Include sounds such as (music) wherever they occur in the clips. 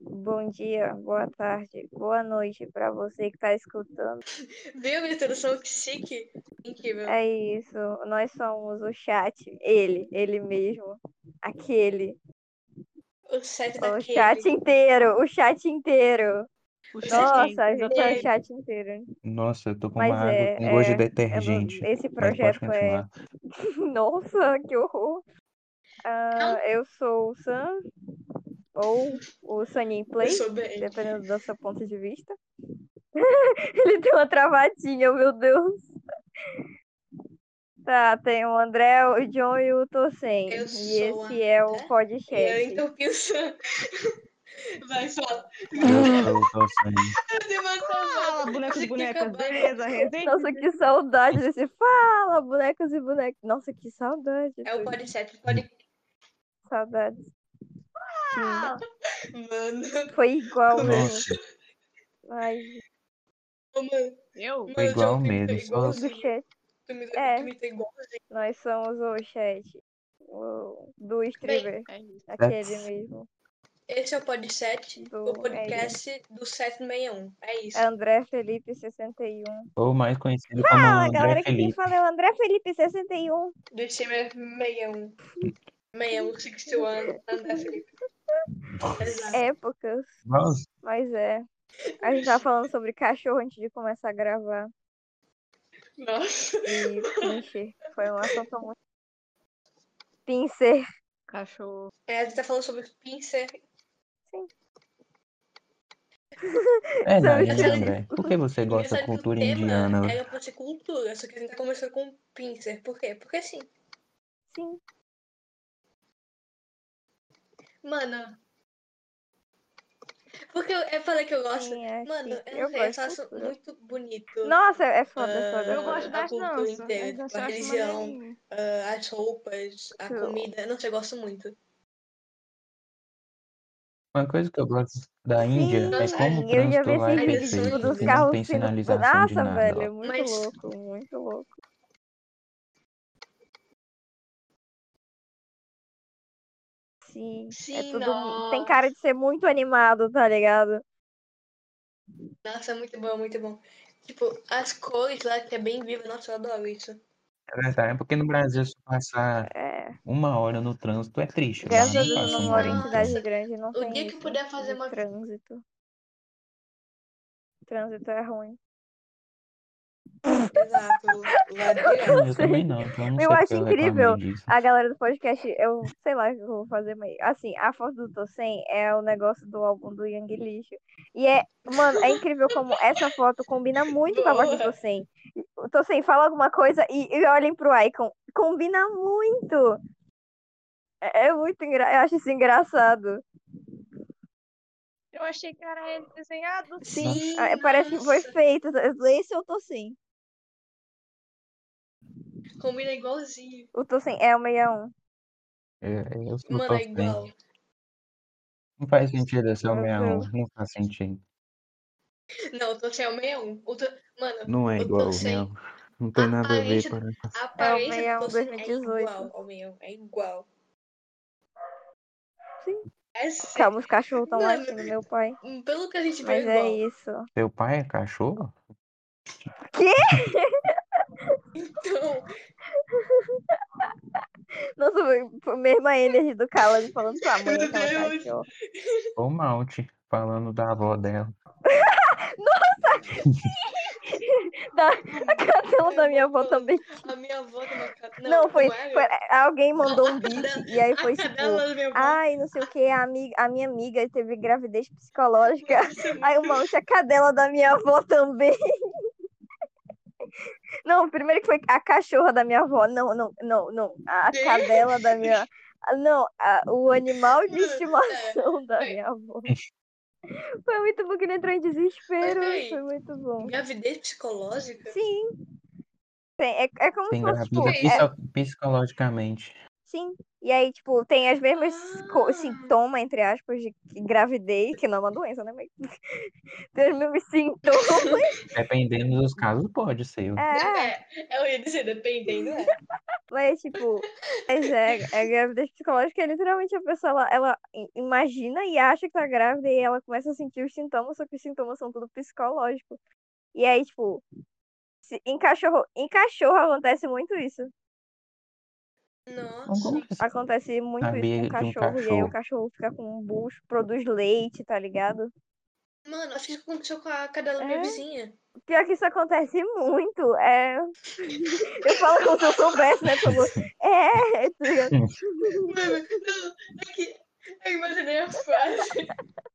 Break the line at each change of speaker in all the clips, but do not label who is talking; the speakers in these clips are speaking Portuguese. Bom dia, boa tarde, boa noite para você que está escutando.
Viu a introdução? Que chique. Incrível.
É isso, nós somos o chat, ele, ele mesmo, aquele,
O chat
o
daquele.
chat inteiro, o chat inteiro.
O
chat
Nossa, a
inteiro,
gente é o
exatamente.
chat inteiro.
Nossa, eu tô com
Mas
uma água
é-
com gosto
é-
de
É,
detergente.
esse
Mas pode
projeto é.
continuar.
(laughs) Nossa, que horror! Ah, eu sou o Sam, ou o Sunny
Eu
Play,
sou bem.
dependendo do seu ponto de vista. Ele deu uma travadinha, meu Deus. Tá, tem o André, o John e o Tossen.
Eu
E
sou
esse é o
André, E eu
podcast.
então pensando. (laughs) Vai, fala.
(laughs)
Eu sou assim. o Tocinho.
Eu dei uma travada.
Fala, bonecos
Você
e
que
bonecas,
acabou.
(laughs) beleza?
então
Resenha?
(laughs) Nossa, que saudade desse Fala, bonecos e bonecas. Nossa, que saudade.
É o
Tudo.
podcast. Pode...
Saudades. Sim,
Mano.
Foi igual
Nossa.
mesmo.
Nossa,
Ai,
Ô, mano. é
Eu?
Foi
Mano,
igual
tu me
mesmo,
imitou
só-
do
igualzinho.
chat.
Tu me
assim. É.
tu me imitou igualzinho.
Nós somos o chat. O, do streamer.
É isso.
Aquele mesmo.
Esse é o podcast.
Do,
O podcast do 761. É isso.
é, André Felipe 61.
ou mais conhecido como
Fala,
André
Ah, galera, que quem
Felipe.
fala é o André Felipe 61.
Do time é 61. 61, 61,
(laughs)
André Felipe. Exato.
É. Épocas,
Nossa,
mas é. A gente tava falando sobre cachorro antes de começar a gravar.
Nossa.
E pincher. Foi um assunto muito. Pincer.
Cachorro.
É, a gente tá falando sobre pincer.
é verdade, né,
Sabe-
André? Por
(laughs)
que você gosta da
Sabe que o
cultura
tema
indiana?
Era pra ser cultura, só que a gente tá começando com pincer. Por quê? Porque assim, sim.
Sim.
Mano. Porque eu, eu falei que eu gosto.
sim, é
Mano,
chique.
eu, não sei, eu só acho
cultura.
muito bonito.
Nossa, é foda,
Ah,
foda.
Eu
Ah,
gosto
a
das
cultura
danças.
inteira,
as danças
a
eu acho
religião.
maneirinho.
Ah, as roupas, a
Eu-
comida. Não sei, eu gosto muito.
Uma coisa que eu gosto da
é Sim,
Índia é como o
eu já vi
trânsito lá é
esse
perfeito
vídeo dos
perfeito e não
carros
tem
sendo- tipo,
sinalização de
Nossa,
nada.
velho,
lá.
é muito
Mas-
louco, muito louco. Sim, é
Sim,
tudo.
nossa.
Tem cara de ser muito animado, tá ligado?
Nossa, é muito bom, muito bom. Tipo, as cores lá, que é bem viva. Nossa, eu adoro isso.
É verdade, é porque no Brasil se passar
É.
uma hora no trânsito é triste. Lá
Graças a
não
Sim,
Deus
passa
eu não
uma
moro
hora
em
no
nossa.
cidade
trânsito.
grande, não
O
tem
dia que
isso
puder
de
fazer uma-
trânsito. Trânsito é ruim. (laughs)
Exato. Lá direto.
Não, eu também não, então eu não
assim. Eu
sei
acho
porque eu
incrível.
reclamei disso.
A galera do podcast, eu sei lá o que eu vou fazer, mas assim, a foto do Tossen é o negócio do álbum do Yang Lixo. E é, mano, é incrível como essa foto combina muito com a voz do
Boa.
Tossen. O Tossen fala alguma coisa e, e olhem pro Icon. Combina muito! É, é muito engraçado. Eu acho isso engraçado.
Eu achei que era ele desenhado.
Sim,
Ah, Parece que foi
nossa,
feito. Esse é o Tossen.
Combina igualzinho.
O Tossen é o 61.
Eu, eu sou
Mano, é
torcente.
igual.
Não faz sentido essa
Meu
minha
Deus.
não faz sentido.
Não, o Tossé é o 61. O to... Mano,
Não é
Eu
igual,
torcei.
não. Não tem nada a ver
Aparência-
com
a aparência
É o 61,
do Tossé é
2018.
igual ao meu. É igual.
Sim.
É sério.
Calma, os cachorros estão
Mano.
latindo, meu pai.
Pelo que a gente
Mas
vê,
é
é igual.
isso.
Teu pai é cachorro?
Então,
Nossa, foi a mesma energia do Caleb falando pra mãe
Meu
aquela
Deus.
cachorra.
Ou malte, falando da avó dela.
A cachorra da minha avó também.
a minha avó tem uma cara.
Não, foi,
é,
foi-
meu.
Alguém mandou um beat e aí
(laughs)
foi
a
tipo.
cadela da minha avó.
Ai, não sei o que, a, amiga, a minha amiga teve gravidez psicológica.
Isso é muito-
Aí o Malte, a cadela da minha avó também. Não, primeiro que foi a cachorra da minha avó. Não, não, não, não. A cadela da minha. Ah, Não, a- o animal de
Mano,
estimação da
foi-
minha avó. Foi muito bom que ele entrou em desespero.
Mas, ei,
Foi muito bom.
Gravidez psicológica?
Sim. Tem- é, é como
Tem
se fosse, tipo,
gravida
é-
psico- psicologicamente.
Sim. E aí, tipo, tem as mesmas co- sintomas, entre aspas, de que gravidez, que não é uma doença, né? Mas (laughs) tem os mesmos sintomas.
Dependendo dos casos, pode ser.
É.
É, eu ia dizer, dependendo, é.
Mas, tipo, mas é, é gravidez psicológica, literalmente a pessoa ela, ela i- imagina e acha que tá grávida e ela começa a sentir os sintomas, só que os sintomas são tudo psicológico. E aí, tipo, se- em cachorro, em cachorro acontece muito isso.
Então,
Nossa.
como que se-
Acontece muito
Sabia
isso com
de um
cachorro, e aí o
cachorro.
cachorro fica com um bucho, produz leite, tá ligado?
Mano, acho que isso aconteceu com a cadela da minha
É?
vizinha.
Pior que isso acontece muito, é. (laughs) Eu falo como se eu soubesse, né? Porque eu vou- É, (laughs) tá ligado?
Mano, não, é que eu imaginei a frase. (laughs)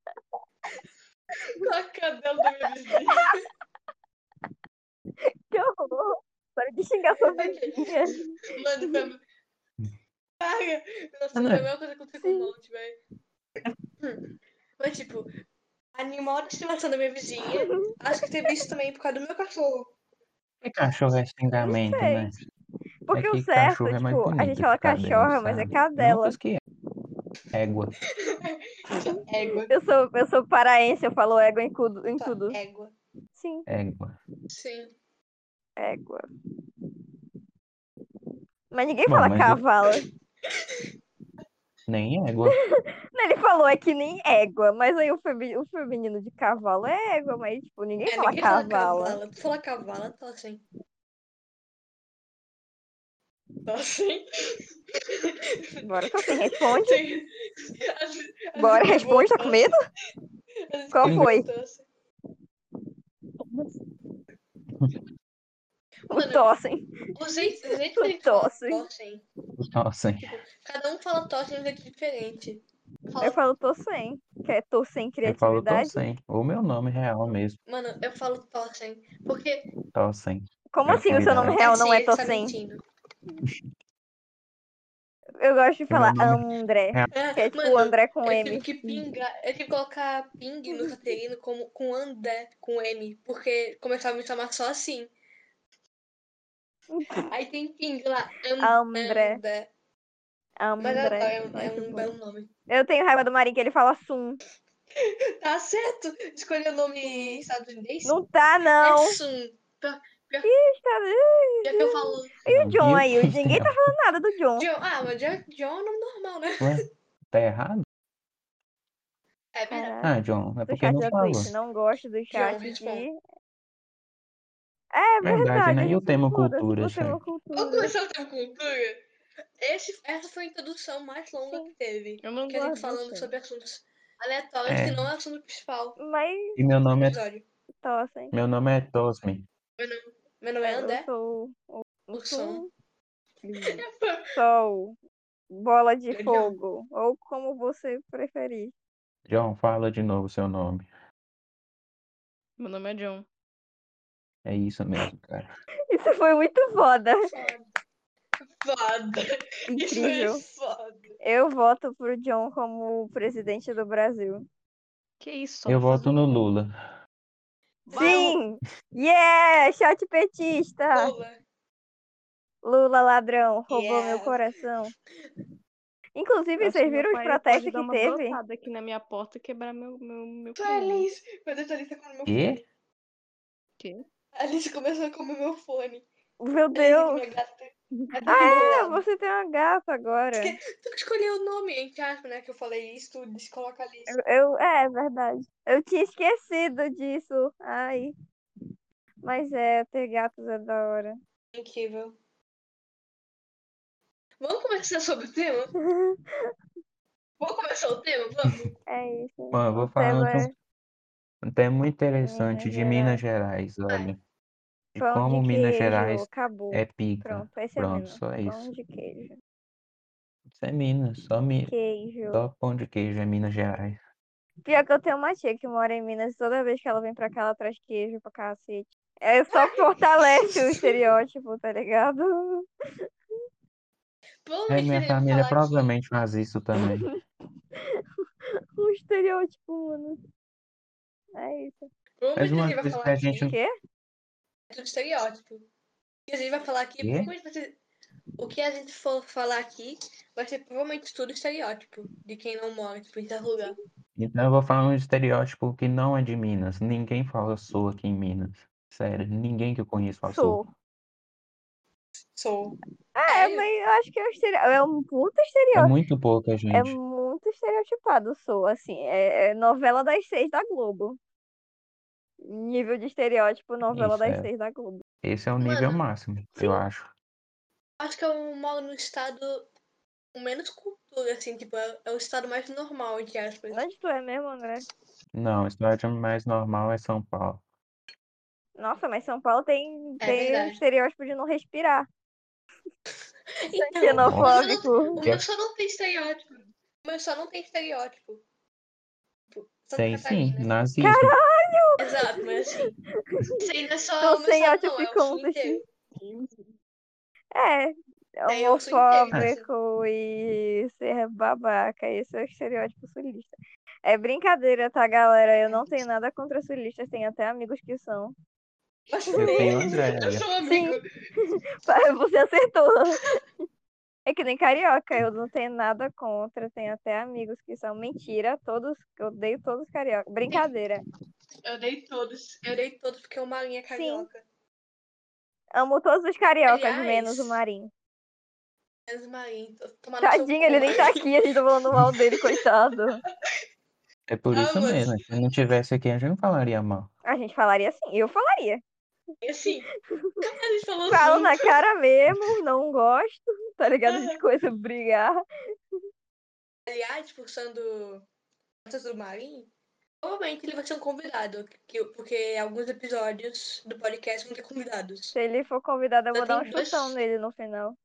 Com a cadela da minha vizinha.
que horror. Para de xingar sua vizinha.
Mano, foi. a- Cara, nossa,
Mano,
foi a mesma coisa que aconteceu com
sim.
o Monte, velho. Hum. Mas, tipo, animal de estimação da minha vizinha. Acho que teve isso também por causa do meu cachorro.
Que cachorro é xingamento,
sei.
né?
Porque
é
o
que
certo,
cachorro é mais
tipo, a
bonito
gente
que
fala
cadela,
cachorra, mas é
sabe?
cadela.
Nossa, que égua.
Égua.
Eu sou, eu sou paraense, eu falo égua em tudo. Em
Tá,
tudo.
Égua.
Sim,
Égua.
Sim.
égua. Mas ninguém
Bom,
fala
mas eu-
cavalo.
Nem égua. (laughs)
Ele falou é que nem égua, mas aí o, femi- o feminino de cavalo é égua, mas tipo, ninguém
É,
fala
ninguém fala
cavalo.
cavala. Tu fala cavala, tu fala assim. Tá assim?
Bora, tô assim, responde.
(laughs) Sim. Às ve- às
Bora,
vezes eu vou,
responde, tá com medo?
às vezes
Qual
eu
foi?
tô assim.
O tossem.
O jeito, o jeito
O
que ele fala
tosse.
tossem,
Nossa,
cada um fala tossem de um jeito diferente. Fala-
Eu falo tô sem. Que é tô sem
eu falo
criatividade.
Tossen. O meu nome real mesmo,
Mano, eu falo tossem, porque
Tossen.
Como
Eu
assim o seu
falo
nome real É, não é
assim, ele
tô
tá
sem?
mentindo.
Eu gosto de falar
meu
André.
É,
Que é tipo
mano,
André com
eu
M.
tive que pingar, eu tive que colocar ping no Caterino como com André, com M, porque começava a me chamar só
(laughs)
assim. Aí tem ping lá, Am-
Ah, André.
André. Mas é,
André.
é, um- é
Ai, que
um
bom.
belo nome.
Eu tenho raiva do Marinho que ele fala Sum.
Tá certo, escolher o nome estadunidense.
Não tá, não.
(laughs) É Sun. Pior
Tá-
pior que eu falo
E o John
(laughs)
aí?
Meu
Ninguém tá
Deus.
falando nada do John.
John. Ah, mas John, John é um nome normal, né?
Ué, tá errado?
É verdade.
Caralho.
Ah, John, é
Do
porque
chat
não
da
fala.
Twitch. Não gosto do chat de...
responde.
É
Verdade,
verdade.
né? E o
gente,
tema
foda-se,
cultura,
O tema é
gente?
Vamos
cultura.
começar o tema cultura? Esse, essa foi a introdução mais longa que teve.
Eu não
Que a gente
gosto.
falando
gente.
sobre assuntos aleatórios
É.
que não é o assunto principal
Mas
E meu
do
nome é,
episódio.
tossem.
meu nome é Tosme.
Meu nome é
Eu
André.
sou o, o
O
som.
som.
(laughs) Sol. Bola de
Legal.
fogo. Ou como você preferir. (laughs)
John, fala de novo seu nome.
Meu nome é John.
É isso mesmo, cara.
Isso foi muito foda.
Foda. Foda.
(laughs)
Isso
é um Incrível.
é foda.
Eu voto pro John como presidente do Brasil.
Que isso?
Eu voto no Lula.
Sim! Yeah! Chat petista!
Lula.
Lula ladrão, roubou meu
Yeah.
coração. Inclusive, vocês viram os protestos que teve?
aqui na minha porta e quebrar meu meu meu
Tu é
crânio.
Alice. Meu Deus, a Alice tá comendo meu fone.
E?
A Alice começou a comer meu fone.
Meu
A Alice,
Deus!
minha gata. A Alice
Ah,
do meu
(laughs)
lado.
você tem uma gata agora.
Tu que escolheu o nome, entre aspas, né? Que eu falei isso, tu descoloca a Alice.
Eu, é, é verdade. Eu tinha esquecido disso. Ai. Mas é, ter gatos é da hora.
Incrível. Vamos começar sobre o tema? Vamos começar o tema? Vamos.
É isso. é
Mano, eu vou
Até
falar de
agora.
um, um tema muito interessante de
Minas
Minas Gerais, olha. De um
Pão
como
de
Minas
queijo,
Gerais
acabou.
é pica.
Pronto, esse
Pronto,
é meu.
só
Pão
isso.
de queijo.
Isso é Minas, só, mi...
Queijo.
só pão de queijo é Minas Gerais.
Pior que eu tenho uma tia que mora em Minas e toda vez que ela vem pra cá, ela traz queijo pra cacete. É só fortalece o estereótipo, tá ligado?
É,
Provavelmente
minha
iremos
família
falar
provavelmente faz isso também.
Um estereótipo, mano. É isso.
aqui- provavelmente
Mas
a
uma
gente vai
coisa
falar
que a
aqui
gente
Quê?
do estereótipo. Que a gente vai falar aqui.
Quê?
provavelmente vai ser- o que a gente for falar aqui vai ser provavelmente tudo estereótipo de quem não mora, tipo, em tal lugar.
Então eu vou falar um estereótipo que não é de Minas. Ninguém fala sou aqui em Minas. Sério, ninguém que eu conheço fala sou.
Sou.
Sou.
É,
Sério?
mas eu acho que é um, estere... é um puta
É
estereótipo.
muito pouca gente.
É muito estereotipado, sou, assim, é, é novela das seis da Globo. Nível de estereótipo, novela
Isso,
das
é.
seis da Globo.
Esse é o nível
Mano,
máximo,
sim.
eu acho.
Acho que eu moro no estado com menos cultura, assim, tipo, é, é o estado mais normal, entre aspas.
Onde tu é mesmo, André?
Não, o estereótipo mais normal é São Paulo.
Nossa, mas São Paulo tem,
É
tem um
verdade.
estereótipo de não respirar.
Então,
Xenofóbico.
o meu só não tem estereótipo. O meu só não tem estereótipo. Tipo, Santa
Tem sim,
Catarina.
nazismo.
Exato, mas assim. Isso aí não é só
Então,
o meu
sem
estado, não, é o sul
autoficância,
inteiro.
É,
É, eu sou inteira.
homofóbico e ser babaca. Esse é o estereótipo sulista. É brincadeira, tá, galera? Eu não tenho nada contra sulistas, tenho até amigos que são. (laughs)
Eu tenho André.
Eu sou amigo.
Você acertou. É que nem carioca, eu não tenho nada contra, tenho até amigos que são mentira, todos, eu odeio todos carioca. Brincadeira.
Eu dei todos. Eu dei todos porque o Marinho é carioca.
Amo todos os cariocas,
Aliás,
menos o Marinho.
Menos o Marinho. Tô- tomar no seu
Tadinho,
cu,
ele nem tá
Marinho.
aqui, a gente tá falando mal dele, coitado.
É por
Ah,
isso
mas-
mesmo. Se não tivesse aqui, a gente não falaria mal.
A gente falaria assim, eu falaria.
E assim, a gente falou assim,
Falo
junto.
na cara mesmo, não gosto, tá ligado? De coisa brigar.
Aliás, forçando Notas do Marinho, provavelmente ele vai ser um convidado, que- porque alguns episódios do podcast vão ter convidados.
Se ele for convidado, eu
Já
vou dar um
tem dois.
chutão nele no final.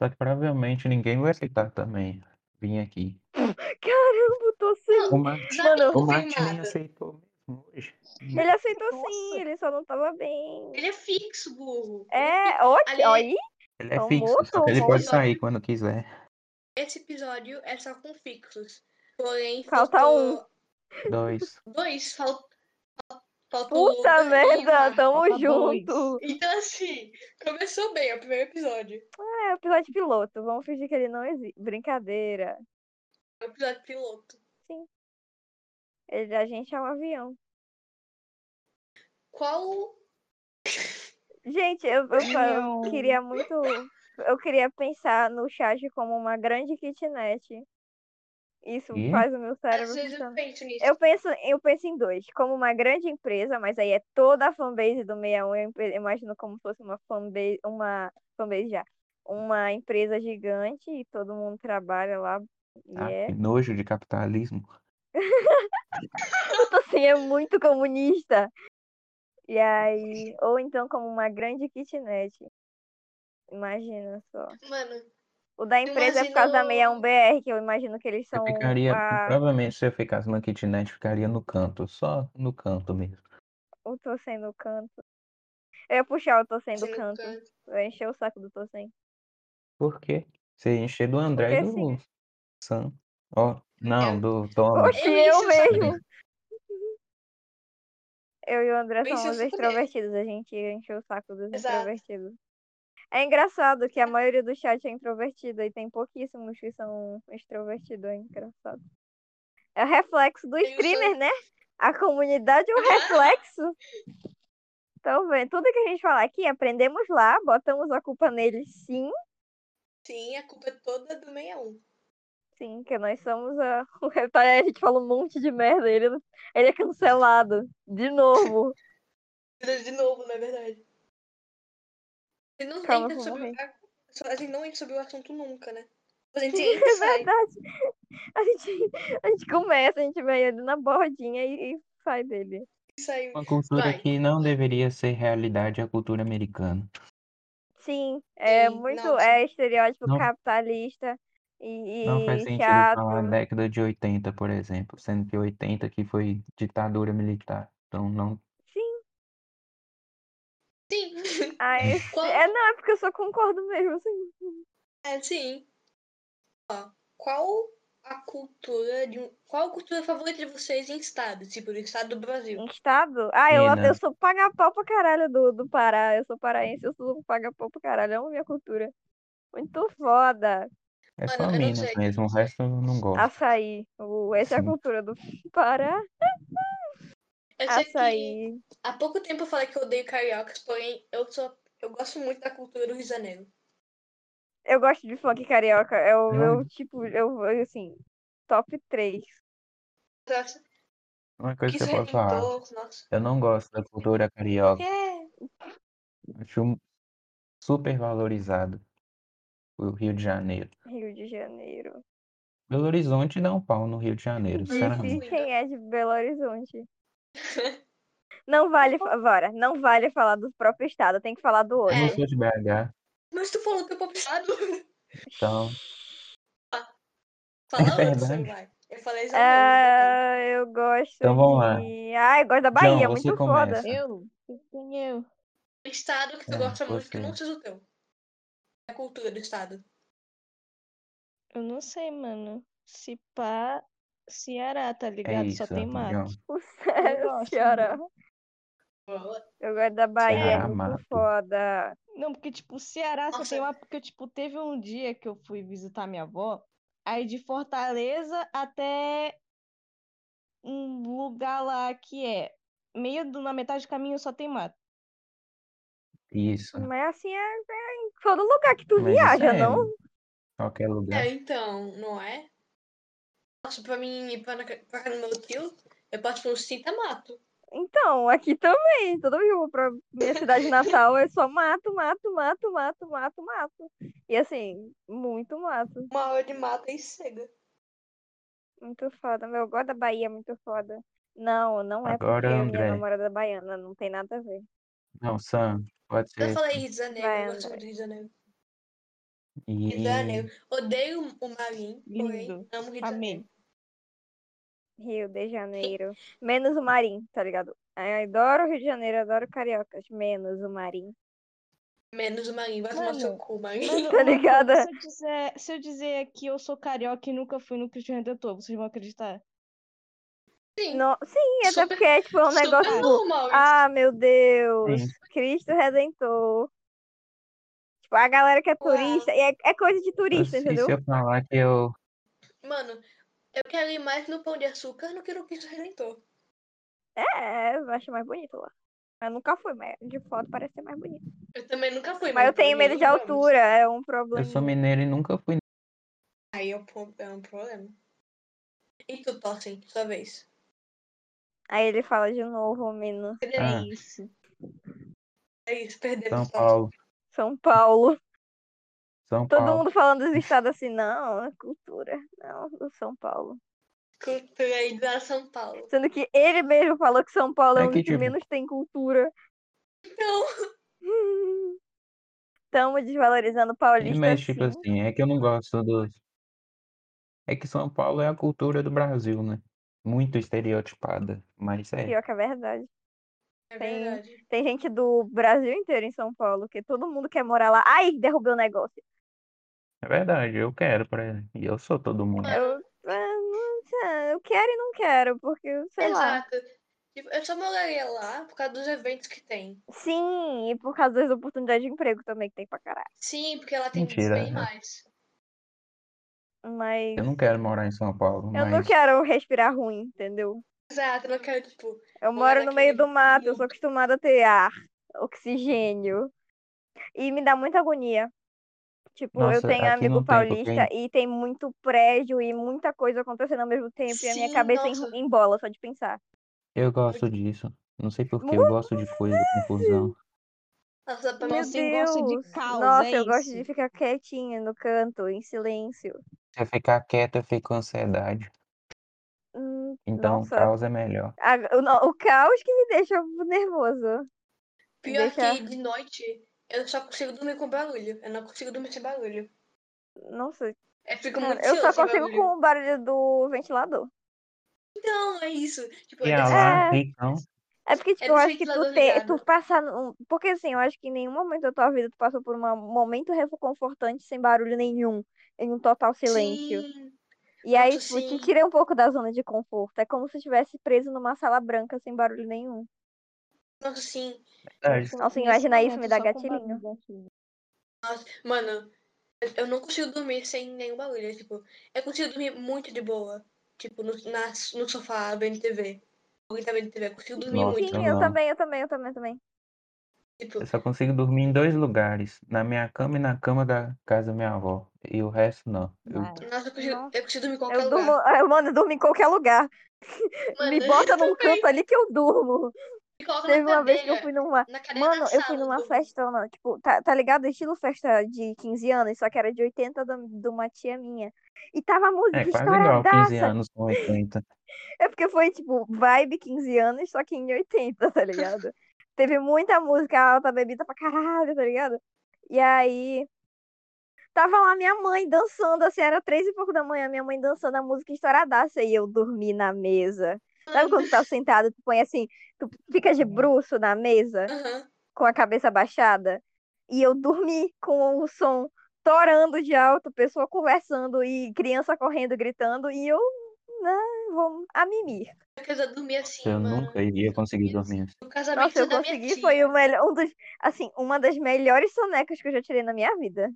Só que provavelmente ninguém vai aceitar também. Vim aqui.
Caramba, tô sem.
O, Ma-
Mano,
o Martin nem
confirmado.
aceitou mesmo hoje.
Ele é aceitou sim, ele só não tava bem.
Ele é fixo, burro. Ele
É,
fixo.
ótimo.
Ali-
Aí,
tipo,
Ele é
Tomou,
fixo, só que ele
tomou.
pode sair quando quiser.
Esse episódio é só com fixos. Porém,
Falta um.
faltou (laughs)
Dois.
dois. Fal... fal- Faltou
puta
o
merda, tá um.
Danilo.
tamo
Falta dois.
junto.
Então, assim, começou bem é o primeiro episódio.
É, episódio piloto, vamos fingir que ele não existe. Brincadeira.
É o episódio piloto.
Ele, a gente é um avião.
Qual.
Gente, eu, eu só- eu
Não.
queria muito. Eu queria pensar no chat como uma grande kitnet. Isso
Ih.
faz o meu
Às
cérebro
vezes eu
funcionar.
penso é, nisso.
Eu penso, eu penso em dois, como uma grande empresa, mas aí é toda a fanbase do 61, eu impe- imagino como se fosse uma fanbase, uma fanbase já, uma empresa gigante e todo mundo trabalha lá. E
Ah,
é. (laughs)
que nojo de capitalismo.
Puta, assim, é muito comunista. E aí, ou então como uma grande kitnet. Imagina só.
Mano,
O da empresa é por causa da
Imagino-
61BR, que eu imagino que eles
Eu
são
ficaria,
a...
provavelmente se eu ficasse na kitnet, ficaria no canto, só no canto mesmo.
o Tossem no canto. Eu ia puxar o Tossem do
você não
canto.
canta.
Eu ia encher o saco do Tossem.
Por quê? Você encher do André e
Porque
do
assim,
Sam. Ó, não,
É.
do Thomas.
Oxi,
Eu
eu
encho o saco
mesmo. Eu e o André
Eu encho o
somos
saco dele.
extrovertidos, a gente encheu o saco dos
Exato.
extrovertidos. É engraçado que a maioria do chat é introvertida e tem pouquíssimos que são extrovertidos, é engraçado. É o reflexo do
Eu sou-
streamer, né? A comunidade é
Ah.
um reflexo. Então, vem, tudo que a gente falar aqui, aprendemos lá, botamos a culpa neles, sim,
Sim, a culpa é toda do 61.
sim, que nós somos a... (laughs) A gente fala um monte de merda, ele, ele é cancelado, de novo.
De novo, na verdade. A gente não
Calma,
entra
eu vou
sobre...
morrer.
a... a gente não entra sobre o assunto nunca, né?
(laughs)
A gente entra e sai.
É verdade. A gente, a gente começa, a gente vai ali na bordinha e, e sai dele.
e sai.
Uma cultura
Vai.
que não deveria ser realidade é a cultura americana.
Sim, é
Sim,
muito
nossa.
é estereótipo
Não-
capitalista e,
Não faz
e
sentido falar
chato.
década de 80, por exemplo, sendo que 80 que foi ditadura militar. Então não
Sim,
Sim.
(laughs)
ai,
Qual-
é, não, é porque eu só concordo mesmo, assim.
É, sim. Ó, qual a cultura de um... Qual a cultura favorita de vocês em estado? Tipo, no estado do Brasil.
Em estado? Ah, eu,
Minas.
eu sou paga-pau pra caralho do, do Pará. Eu sou paraense, eu sou paga-pau pra caralho. É uma minha cultura. Muito foda.
É
Mano,
só
eu não
Minas
sei.
mesmo, o resto eu não gosto.
Açaí. O, essa é a
Sim.
cultura do Pará.
Eu sei que
Açaí.
há pouco tempo eu falei que eu odeio cariocas, porém eu sou. Eu gosto muito da cultura do Rio de Janeiro.
Eu gosto de funk carioca. É o
Eu
meu
amo.
tipo, eu vou assim, top 3.
Nossa,
Uma coisa
que é
que eu posso falar.
redentor, nossa.
Eu não gosto da cultura carioca.
É.
Acho um super valorizado o Rio de Janeiro.
Rio de Janeiro.
Belo Horizonte dá um pau no Rio de Janeiro,
Disse.
sinceramente.
Disse quem é de Belo Horizonte. Não vale, fa- Vora, não vale falar do próprio estado, tem que falar do
Eu
outro.
não
É.
sou de BH,
Mas tu falou teu papo estado.
(laughs) É então
Fala
É
outro,
verdade.
vai. Eu falei isso mesmo.
Ah, eu gosto.
É. Então vamos lá.
de- Ah, eu gosto da Bahia,
João, você
muito
começa.
foda. (laughs)
Eu? Quem eu?
O estado que tu
É,
gosta muito, que
você.
não seja o teu. É A cultura do estado.
Eu não sei, mano. Se pá, Ceará, tá
é
ligado?
isso,
Só tem
João.
mato.
O Ceará-
Eu gosto, né?
Ceará.
Boa.
Eu gosto da Bahia, é
Ceará,
muito
mato.
foda.
Não, porque, tipo, Ceará só tem
Nossa.
mato. Porque, tipo, teve um dia que eu fui visitar minha avó. Aí de Fortaleza até um lugar lá que é meio do, na metade do caminho só tem mato.
Isso.
Mas assim, é, é em todo lugar que tu
Mas isso
viaja,
é
não?
Qualquer lugar.
É, então, não é? Nossa, pra mim, ir pra, na ca- pra casa do meu tio, eu passo por um cinta mato.
Então, aqui também. Toda vez que eu vou pra minha cidade natal, eu só mato, mato, mato, mato, mato, mato. E assim, muito mato.
Uma hora de mato e cega.
Muito foda. Meu, eu gosto da Bahia, muito foda. Não, não é
Agora,
porque a minha
André.
namorada é baiana, não tem nada a ver.
Não, Sam, pode
Eu
ser.
falei Rio de Janeiro,
Vai,
eu gosto
André.
muito do Rio de Janeiro. Rio de
E
Janeiro. Odeio o Marinho, porém,
Lindo.
amo o Rio de Janeiro. (laughs)
Amém.
Rio de Janeiro. Menos o Marim, tá ligado? Ai, Adoro o Rio de Janeiro, adoro cariocas. Menos o Marim.
Menos o Marinho, vai tomar no seu
Mano,
cu, Marinho.
Mano,
Tá
uma coisa,
ligada?
Se eu, dizer, se eu dizer que eu sou carioca e nunca fui no Cristo Redentor, vocês vão acreditar?
(laughs) Sim,
No- Sim, até
Super-
porque é tipo, é um
super
negócio. tipo,
normal isso.
Ah, meu Deus!
Sim.
Cristo Redentor. Tipo, a galera que é turista. E é, é coisa de
eu-
turista,
se
entendeu?
se eu falar que eu.
Mano, eu quero ir mais no Pão de Açúcar do que no Cristo Redentor.
É, eu acho mais bonito lá. Eu nunca fui, mas de foto parece ser mais bonito.
Eu também nunca fui.
Mas eu
pra
tenho
mim,
medo de
vamos.
altura, é um
Eu
problema.
sou mineiro e nunca fui.
Aí é um, pro- é um problema. E tu, Tossem, sua vez.
Aí ele fala de novo, menino.
Ah,
É isso.
É isso, perdemos
São
Tossem.
Paulo.
São Paulo.
São
Todo
Paulo.
mundo falando dos estados assim, não, é cultura. Não, do São Paulo.
Cultura aí da São Paulo.
Sendo que ele mesmo falou que São Paulo é,
É
o
que,
que,
tipo,
menos tem cultura. (laughs)
Então,
Estamos desvalorizando
E
paulista.
México,
sim.
assim, é que eu não gosto dos. É que São Paulo é a cultura do Brasil, né? Muito estereotipada, mas é.
Pior que é verdade.
é
Tem-
verdade.
Tem gente do Brasil inteiro em São Paulo, que todo mundo quer morar lá. Ai, derrubei o negócio.
É verdade, eu quero pra. E eu sou todo mundo.
Eu, ah, não sei, eu quero e não quero, porque, sei lá.
Exato. Tipo, eu só moraria lá por causa dos eventos que tem.
Sim, e por causa das oportunidades de emprego também que tem pra caralho.
Sim, porque lá tem
Mentira,
bem
né?
mais.
Mas
Eu não quero morar em São Paulo,
eu não
mas
quero respirar ruim, entendeu?
Exato, eu não quero, tipo,
Eu
Morar
moro no meio do
naquele
mato, eu
rio.
sou acostumada a ter ar, oxigênio. E me dá muita agonia. Tipo, eu
Nossa,
tenho
aqui
amigo
não tem, porque-
paulista e tem muito prédio e muita coisa acontecendo ao mesmo tempo e a minha
Sim,
cabeça em-
nossa.
em bola só de pensar.
eu gosto disso. Não sei porquê, eu gosto de coisa, confusão.
nossa, pra
Meu
mim,
Nossa, eu gosto de
Deus.
caos,
Nossa,
é
eu gosto
isso.
de ficar quietinha no canto, em silêncio.
Se eu ficar quieto, eu fico com ansiedade.
Hum,
Então,
Nossa.
caos é melhor.
a- o, no- o caos que me deixa nervoso.
pior que
deixa-
de noite eu só consigo dormir com barulho. Eu não consigo dormir sem barulho.
Nossa,
Eu fico
cara,
muito
eu só
ansioso sem
consigo
barulho.
com o barulho do ventilador.
Então, é isso. Tipo,
E
eu
a
desço-
lá,
É.
ricão.
É porque, tipo,
do
eu acho que tu,
ventilador
te,
ligado.
tu passar. num- Porque, assim, eu acho que em nenhum momento da tua vida tu passou por uma- um momento reconfortante sem barulho nenhum, em um total silêncio.
Sim,
e aí,
nossa,
tipo, te
sim.
tira um pouco da zona de conforto. É como se estivesse preso numa sala branca sem barulho nenhum.
nossa, sim.
Verdade.
Nossa,
Nesse
imaginar isso me
momento,
dá
só com
gatilhinho.
barulho, gatilho.
Mano, Eu- Eu não consigo dormir sem nenhum barulho. Tipo, eu consigo dormir muito de boa. Tipo, no, na- no sofá, vendo TV. Alguém tá vendo TV, eu consigo dormir
Nossa.
muito.
Sim,
Não,
eu
não.
também, eu também, eu também, eu também.
Tipo,
Eu só consigo dormir em dois lugares, na minha cama e na cama da casa da minha avó. E o resto não. Eu-
Vai.
nossa, eu consigo,
Nossa.
eu consigo dormir em qualquer
Eu
lugar.
durmo, ah, mano, (laughs) eu durmo em qualquer lugar.
Mano,
Me bota num canto ali que eu durmo.
me coloca na
Teve uma vez que eu
cadeira,
fui numa.
na cadeira
Mano,
da
eu
sala,
fui
eu
numa
durmo.
festona, tipo, tá, tá ligado? Estilo festa de 15 anos, só que era de 80 da- de uma tia minha. E tava a
É
música
quase igual 15
estouradaça.
anos com 80.
É porque foi, tipo, vibe 15 anos, só que em 80, tá ligado? Teve muita música alta, bebida pra caralho, tá ligado? E aí. Tava lá minha mãe dançando, assim, era três e pouco da manhã, minha mãe dançando a música estouradaça e eu dormi na mesa. Sabe
Mano,
quando tu tá sentado, tu põe assim, tu fica de
Uhum.
bruço na mesa?
aham.
com a cabeça baixada e eu dormi com o som torando de alto, pessoa conversando e criança correndo, gritando e eu, né, vou a mimir.
Eu quero dormir assim,
Eu
mano.
nunca iria conseguir dormir assim.
No casamento
Nossa, eu
da minha
consegui,
tia.
foi o melhor, um dos, assim, uma das melhores sonecas que eu já tirei na minha vida.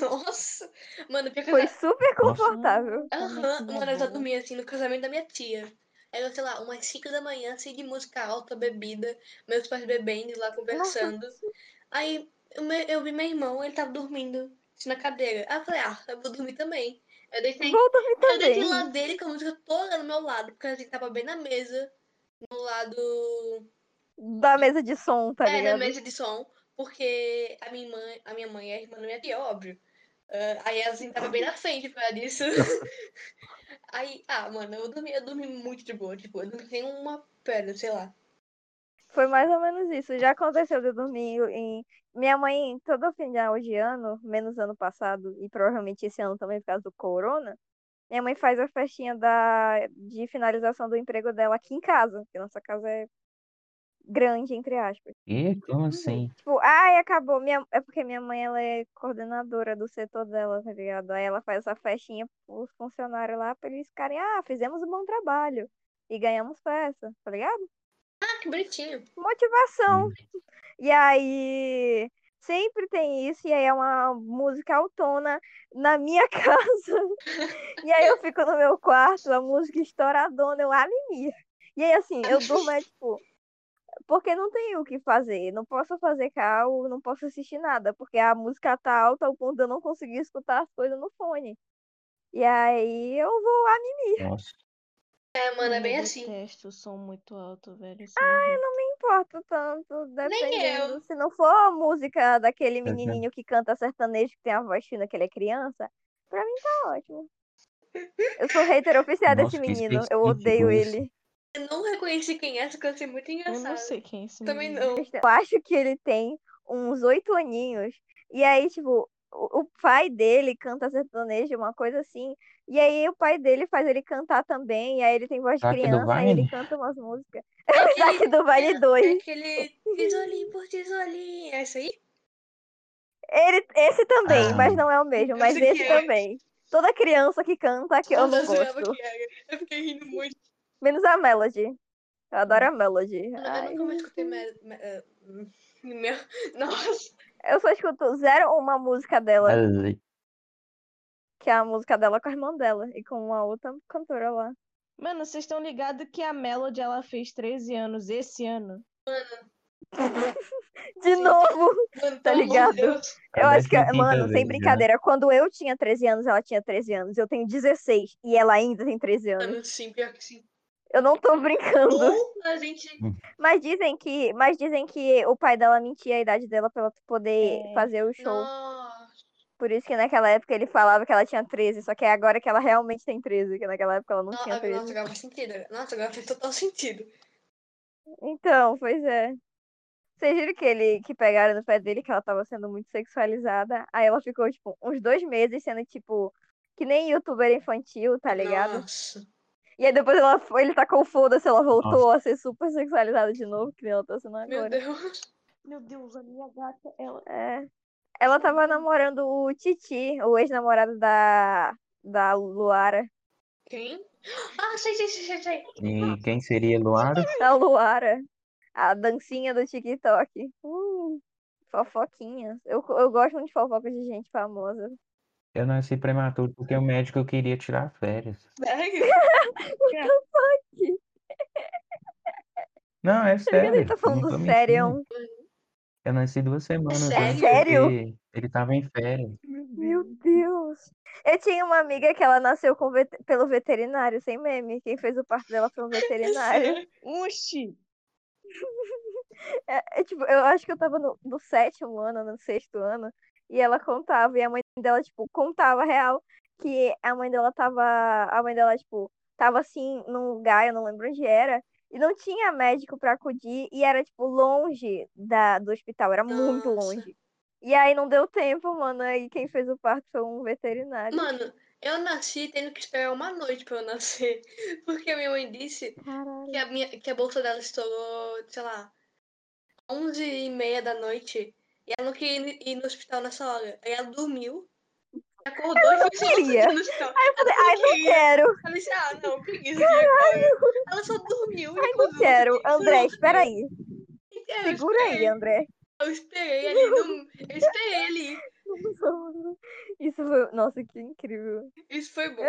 Nossa. Mano, pior que eu
Foi
já-
super
Nossa.
confortável.
é
Aham, mano, eu já
dormi.
dormi assim no casamento da minha tia. Era, sei lá, umas 5 da manhã, assim, de música alta, bebida, meus pais bebendo e lá
Nossa,
conversando. Aí o meu- eu vi meu irmão, ele tava dormindo assim, na cadeira. Aí eu falei, ah, eu vou dormir também. Eu deitei,
vou dormir
eu deitei
também.
lá dele com a música toda no meu lado, porque a gente tava bem na mesa, no lado
Da mesa de som, tá
é, na
ligado?
mesa de som, porque a minha mãe, a minha mãe é irmã da minha tia, óbvio. Ah, aí ela assim, tava bem na frente por causa disso. (laughs) Aí, ah, mano, eu dormi, eu dormi muito de boa, tipo, eu dormi que nem uma pedra, sei lá.
Foi mais ou menos isso. Já aconteceu de eu dormir em. Minha mãe, todo final de ano, menos ano passado, e provavelmente esse ano também por causa do corona, minha mãe faz a festinha da... de finalização do emprego dela aqui em casa, porque nossa casa é grande, entre aspas.
E como assim?
Tipo, ai, acabou. Minha... É porque minha mãe, ela é coordenadora do setor dela, tá ligado? Aí ela faz essa festinha pros funcionários lá, pra eles ficarem, ah, fizemos um bom trabalho e ganhamos festa, tá ligado?
Ah, que bonitinho.
Motivação.
Hum.
E aí sempre tem isso, e aí é uma música autona na minha (laughs) casa. E aí eu fico no meu quarto, a música estouradona, eu a mimir. E aí assim, eu durmo é tipo, porque não tenho o que fazer, não posso fazer carro, não posso assistir nada, porque a música tá alta ao ponto de eu não conseguir escutar as coisas no fone. E aí eu vou a mimir,
Nossa.
É, mano, é
Hum,
Mano,
bem
eu
assim.
detesto o som muito alto, velho. assim, Isso me irrita.
não me importo tanto,
eu.
dependendo. Se não for a música daquele
Eu já-
menininho que canta sertanejo que tem a voz fina que ele é criança, pra mim tá ótimo. Eu sou hater oficial desse
Nossa, que
menino. Eu
específico
odeio
isso.
ele.
Eu não reconheci quem é, só que eu achei muito
Eu não
engraçado.
sei quem é esse
Também
Hum,
menino.
(laughs)
não.
Eu acho que ele tem uns oito aninhos. E aí, tipo, o o pai dele canta sertanejo, uma coisa assim. E aí o pai dele faz ele cantar também. E aí ele tem voz de
Isaac do
criança, aí ele
Vine?
canta umas músicas.
É
Isaac
aquele,
do Vale
é
2.
aquele tisolinho por tisolinho. É isso aí?
Ele, esse também,
Ah.
mas não é o mesmo, mas
Esse
esse
que é.
também. Toda criança que canta, que eu
Nossa,
não
zoava
gosto.
que era. Eu fiquei rindo muito.
Menos a Melody. Eu adoro a Melody.
Mano, eu
Ai.
nunca mais escutei. Me, me, eh, meu, (laughs) nossa,
Eu só escuto zero uma música dela,
Ali.
que é a música dela com a irmã dela e com uma outra cantora lá.
Mano, vocês estão ligados que a Melody ela fez 13 anos esse ano?
De
Sim.
novo!
mano,
Tá
pelo amor
ligado?
de Deus.
é
Eu acho que,
15ª
mano,
vez né?
sem
já.
brincadeira, quando eu tinha 13 anos, ela tinha 13 anos. Eu tenho 16 e ela ainda tem 13 anos.
Mano, Tá sim, pior que sim.
Eu não tô brincando.
Ou a gente.
Mas dizem que, mas dizem que o pai dela mentia a idade dela pra ela poder
É.
fazer o show.
Nossa.
Por isso que naquela época ele falava que ela tinha 13, só que é agora que ela realmente tem 13, que naquela época ela não
No-
tinha
ah, Nossa,
13.
agora faz sentido. Nossa, agora faz total sentido.
Então, pois é. Vocês viram que ele que pegaram no pé dele que ela tava sendo muito sexualizada? Aí ela ficou, tipo, uns dois meses sendo, tipo, que nem youtuber infantil, tá ligado?
Nossa.
E aí depois ela foi, ele tacou o foda-se, ela voltou a ser super sexualizada de novo, que nem ela tá sendo
Meu
agora.
Deus. (laughs)
Meu Deus, a minha gata, ela.
É. Ela tava namorando o Titi, o ex-namorado da, da Luara.
Quem? Ah, sei, sei, sei, sei, sei.
E quem seria Luara?
Da Luara. A dancinha do TikTok. Uh, fofoquinhas. Eu, eu gosto muito de fofocas de gente famosa.
Eu nasci prematuro porque o médico queria tirar férias.
Sério?
Não, é sério.
Ele tá
eu não
falando
tô mentindo.
sério. É
Eu nasci duas semanas
Sério?
antes
Sério?
porque ele tava em férias.
Meu Deus. Eu tinha uma amiga que ela nasceu com vet- pelo veterinário, sem meme. Quem fez o parto dela foi um veterinário.
Oxi!
É, é, tipo, eu acho que eu tava no, no sétimo ano, no sexto ano, e ela contava, e a mãe dela, tipo, contava a real que a mãe dela tava. A mãe dela, tipo, tava assim, num lugar, eu não lembro onde era, e não tinha médico pra acudir, e era, tipo, longe da, do hospital, era muito
Nossa.
longe. E aí não deu tempo, mano. Aí quem fez o parto foi um veterinário.
(laughs) Mano, eu nasci tendo que esperar uma noite pra eu nascer. (laughs) Porque a minha mãe disse
Caralho.
que a, minha, que a bolsa dela estourou, sei lá, 11 e meia da noite. E ela não queria ir ir no hospital nessa hora. Aí ela dormiu, acordou e foi
queria.
no hospital. Aí eu
falei, Ai, não quero,
Eu falei assim, ah, não, preguiça de ir agora. Ela só dormiu e acordou.
não quero.
Eu falei,
André,
"Não,
espera aí.
é, eu
Segura aí,
esperei,
André. (laughs)
Eu esperei ali, no- eu esperei ali.
Isso foi. Nossa, que incrível.
Isso foi
(laughs)
bom.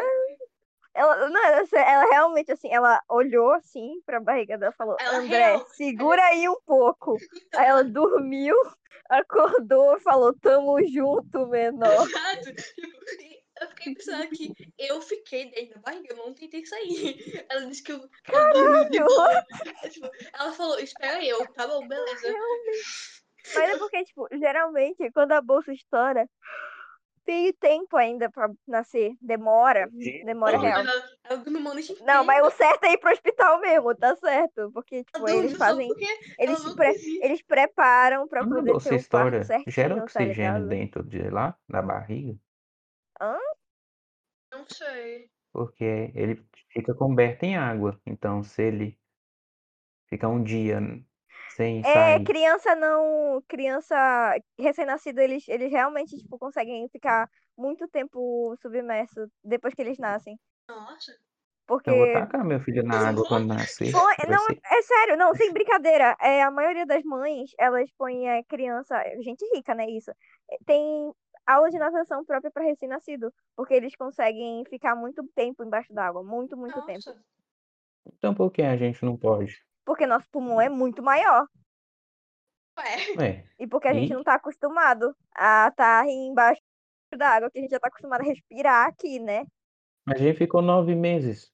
Ela, não, ela, sé- ela realmente, assim, ela olhou assim pra barriga dela e falou:
Ela
André,
real-
segura aí um pouco. Aí ela dormiu, (laughs) acordou e falou: Tamo junto,
(laughs)
menor. (laughs)
Exato. Tipo, e eu fiquei pensando que eu fiquei dentro da barriga, eu não tentei sair. Ela disse que eu, que eu dormi de
Caralho!
boa. Tipo, ela falou, espera eu, tá bom, beleza.
Mas é porque, tipo, geralmente, quando a bolsa estoura, tem tempo ainda pra nascer. Demora. Demora
Não,
real.
Mas Ela, ela dormiu uma noite inteira.
Não, mas o certo é ir pro hospital mesmo, tá certo? Porque,
Ela
tipo,
dormiu
eles
só
fazem.
porque
Eles
ela
se
não
pre- (laughs)
quis ir.
Eles preparam pra
Quando a
poder
bolsa
ter o parto
estoura, gera
certinho, tá
oxigênio
ligado?
dentro de lá, da barriga,
Não sei.
porque
Uhum.
ele fica coberto em água. Então, se ele ficar um dia sem
É,
sair,
criança não. Criança recém-nascida, eles, eles realmente, tipo, conseguem ficar muito tempo submerso depois que eles nascem.
Nossa.
Porque.
eu vou tacar meu filho na água quando nascer.
Põe-
vai
Não,
ser-
é sério, não, sem brincadeira. É, a maioria das mães, elas põem a criança, gente rica, né? Isso. é, Tem aula de natação própria para recém-nascido, porque eles conseguem ficar muito tempo embaixo d'água, muito, muito tempo.
Nossa.
Então, por que a gente não pode?
Porque nosso pulmão é muito maior
Ué.
É,
e porque a gente
E?
não tá acostumado a estar embaixo d'água, que a gente já tá acostumado a respirar aqui, né?
a gente ficou nove meses.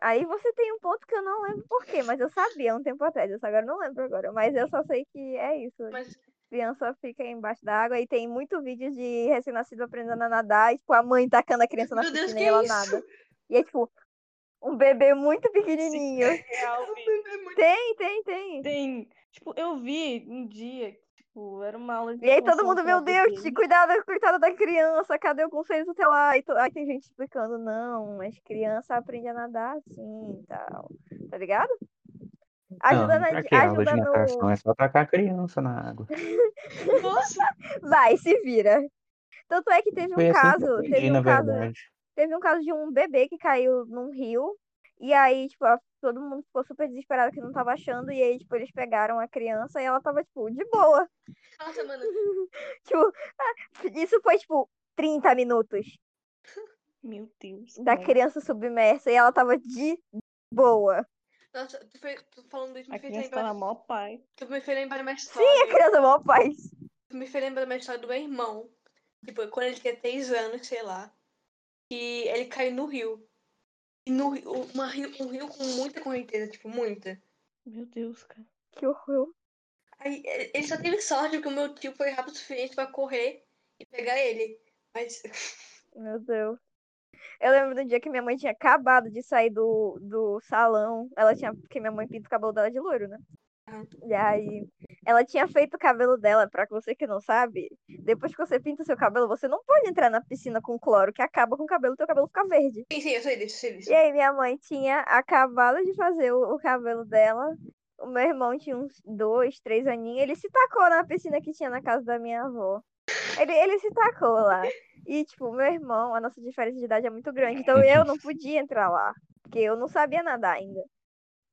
Aí você tem um ponto que eu não lembro por quê, mas eu sabia um tempo atrás, eu só agora não lembro agora, mas eu só sei que é isso.
Mas
criança fica embaixo da água e tem muito vídeo de recém-nascido aprendendo a nadar e, tipo, a mãe tacando a criança na
Meu Deus,
piscina
que
e ela
isso?
nada. E é, tipo, um bebê muito pequenininho.
Real, vi.
é muito
Tem, tem, tem.
Tem. Tipo, eu vi um dia, tipo, era uma aula de
E aí todo
natação
mundo, meu
própria
Deus,
dele.
cuidado, coitada da criança, cadê o conselho tutelar? E to- Aí tem gente explicando, não, mas criança aprende a nadar assim e tal. Tá ligado? Ajuda,
Não,
na,
pra que aula
ajuda
de
no.
natação? É só tacar a criança na água.
Nossa.
Vai, se vira. Tanto é que (laughs) teve um
Foi assim que eu
caso,
aprendi,
teve
na
um caso
verdade.
Teve um caso de um bebê que caiu num rio. E aí, tipo, a- todo mundo ficou super desesperado que não tava achando. E aí, tipo, eles pegaram a criança e ela tava, tipo, de boa. (laughs)
Nossa, mano.
Tipo, isso foi, tipo, 30 minutos
Meu Deus.
da
cara.
criança submersa. E ela tava de boa. (laughs)
Nossa, tu, fe... tu falando isso me
A
fez
criança tá
lembrar.
na mó pai.
Tu me fez lembrar de uma
E
história.
a criança, mó paz.
Tu me fez lembrar de uma história do meu irmão. Tipo, quando ele tinha três anos, sei lá. E ele caiu no rio. E no rio, uma rio, um rio com muita correnteza, tipo, muita.
Meu Deus, (laughs) cara.
Que horror.
Aí ele ele só teve sorte porque o meu tio foi rápido o suficiente pra correr e pegar ele. Mas.
Meu Deus. Eu lembro do dia que minha mãe tinha acabado de sair do, do salão. Ela tinha. Porque minha mãe pinta o cabelo dela de loiro, né?
Ah.
E aí, ela tinha feito o cabelo dela, pra você que não sabe, depois que você pinta o seu cabelo, você não pode entrar na piscina com cloro, que acaba com o cabelo, teu cabelo fica verde.
Sim, sim, eu sei disso, eu sei disso.
E aí, minha mãe tinha acabado de fazer o, o cabelo dela. O meu irmão tinha uns dois, três aninhos. Ele se tacou na piscina que tinha na casa da minha avó. Ele, ele se tacou lá. E, tipo, meu irmão, a nossa diferença de idade é muito grande. Então eu não podia entrar lá. Porque eu não sabia nadar ainda.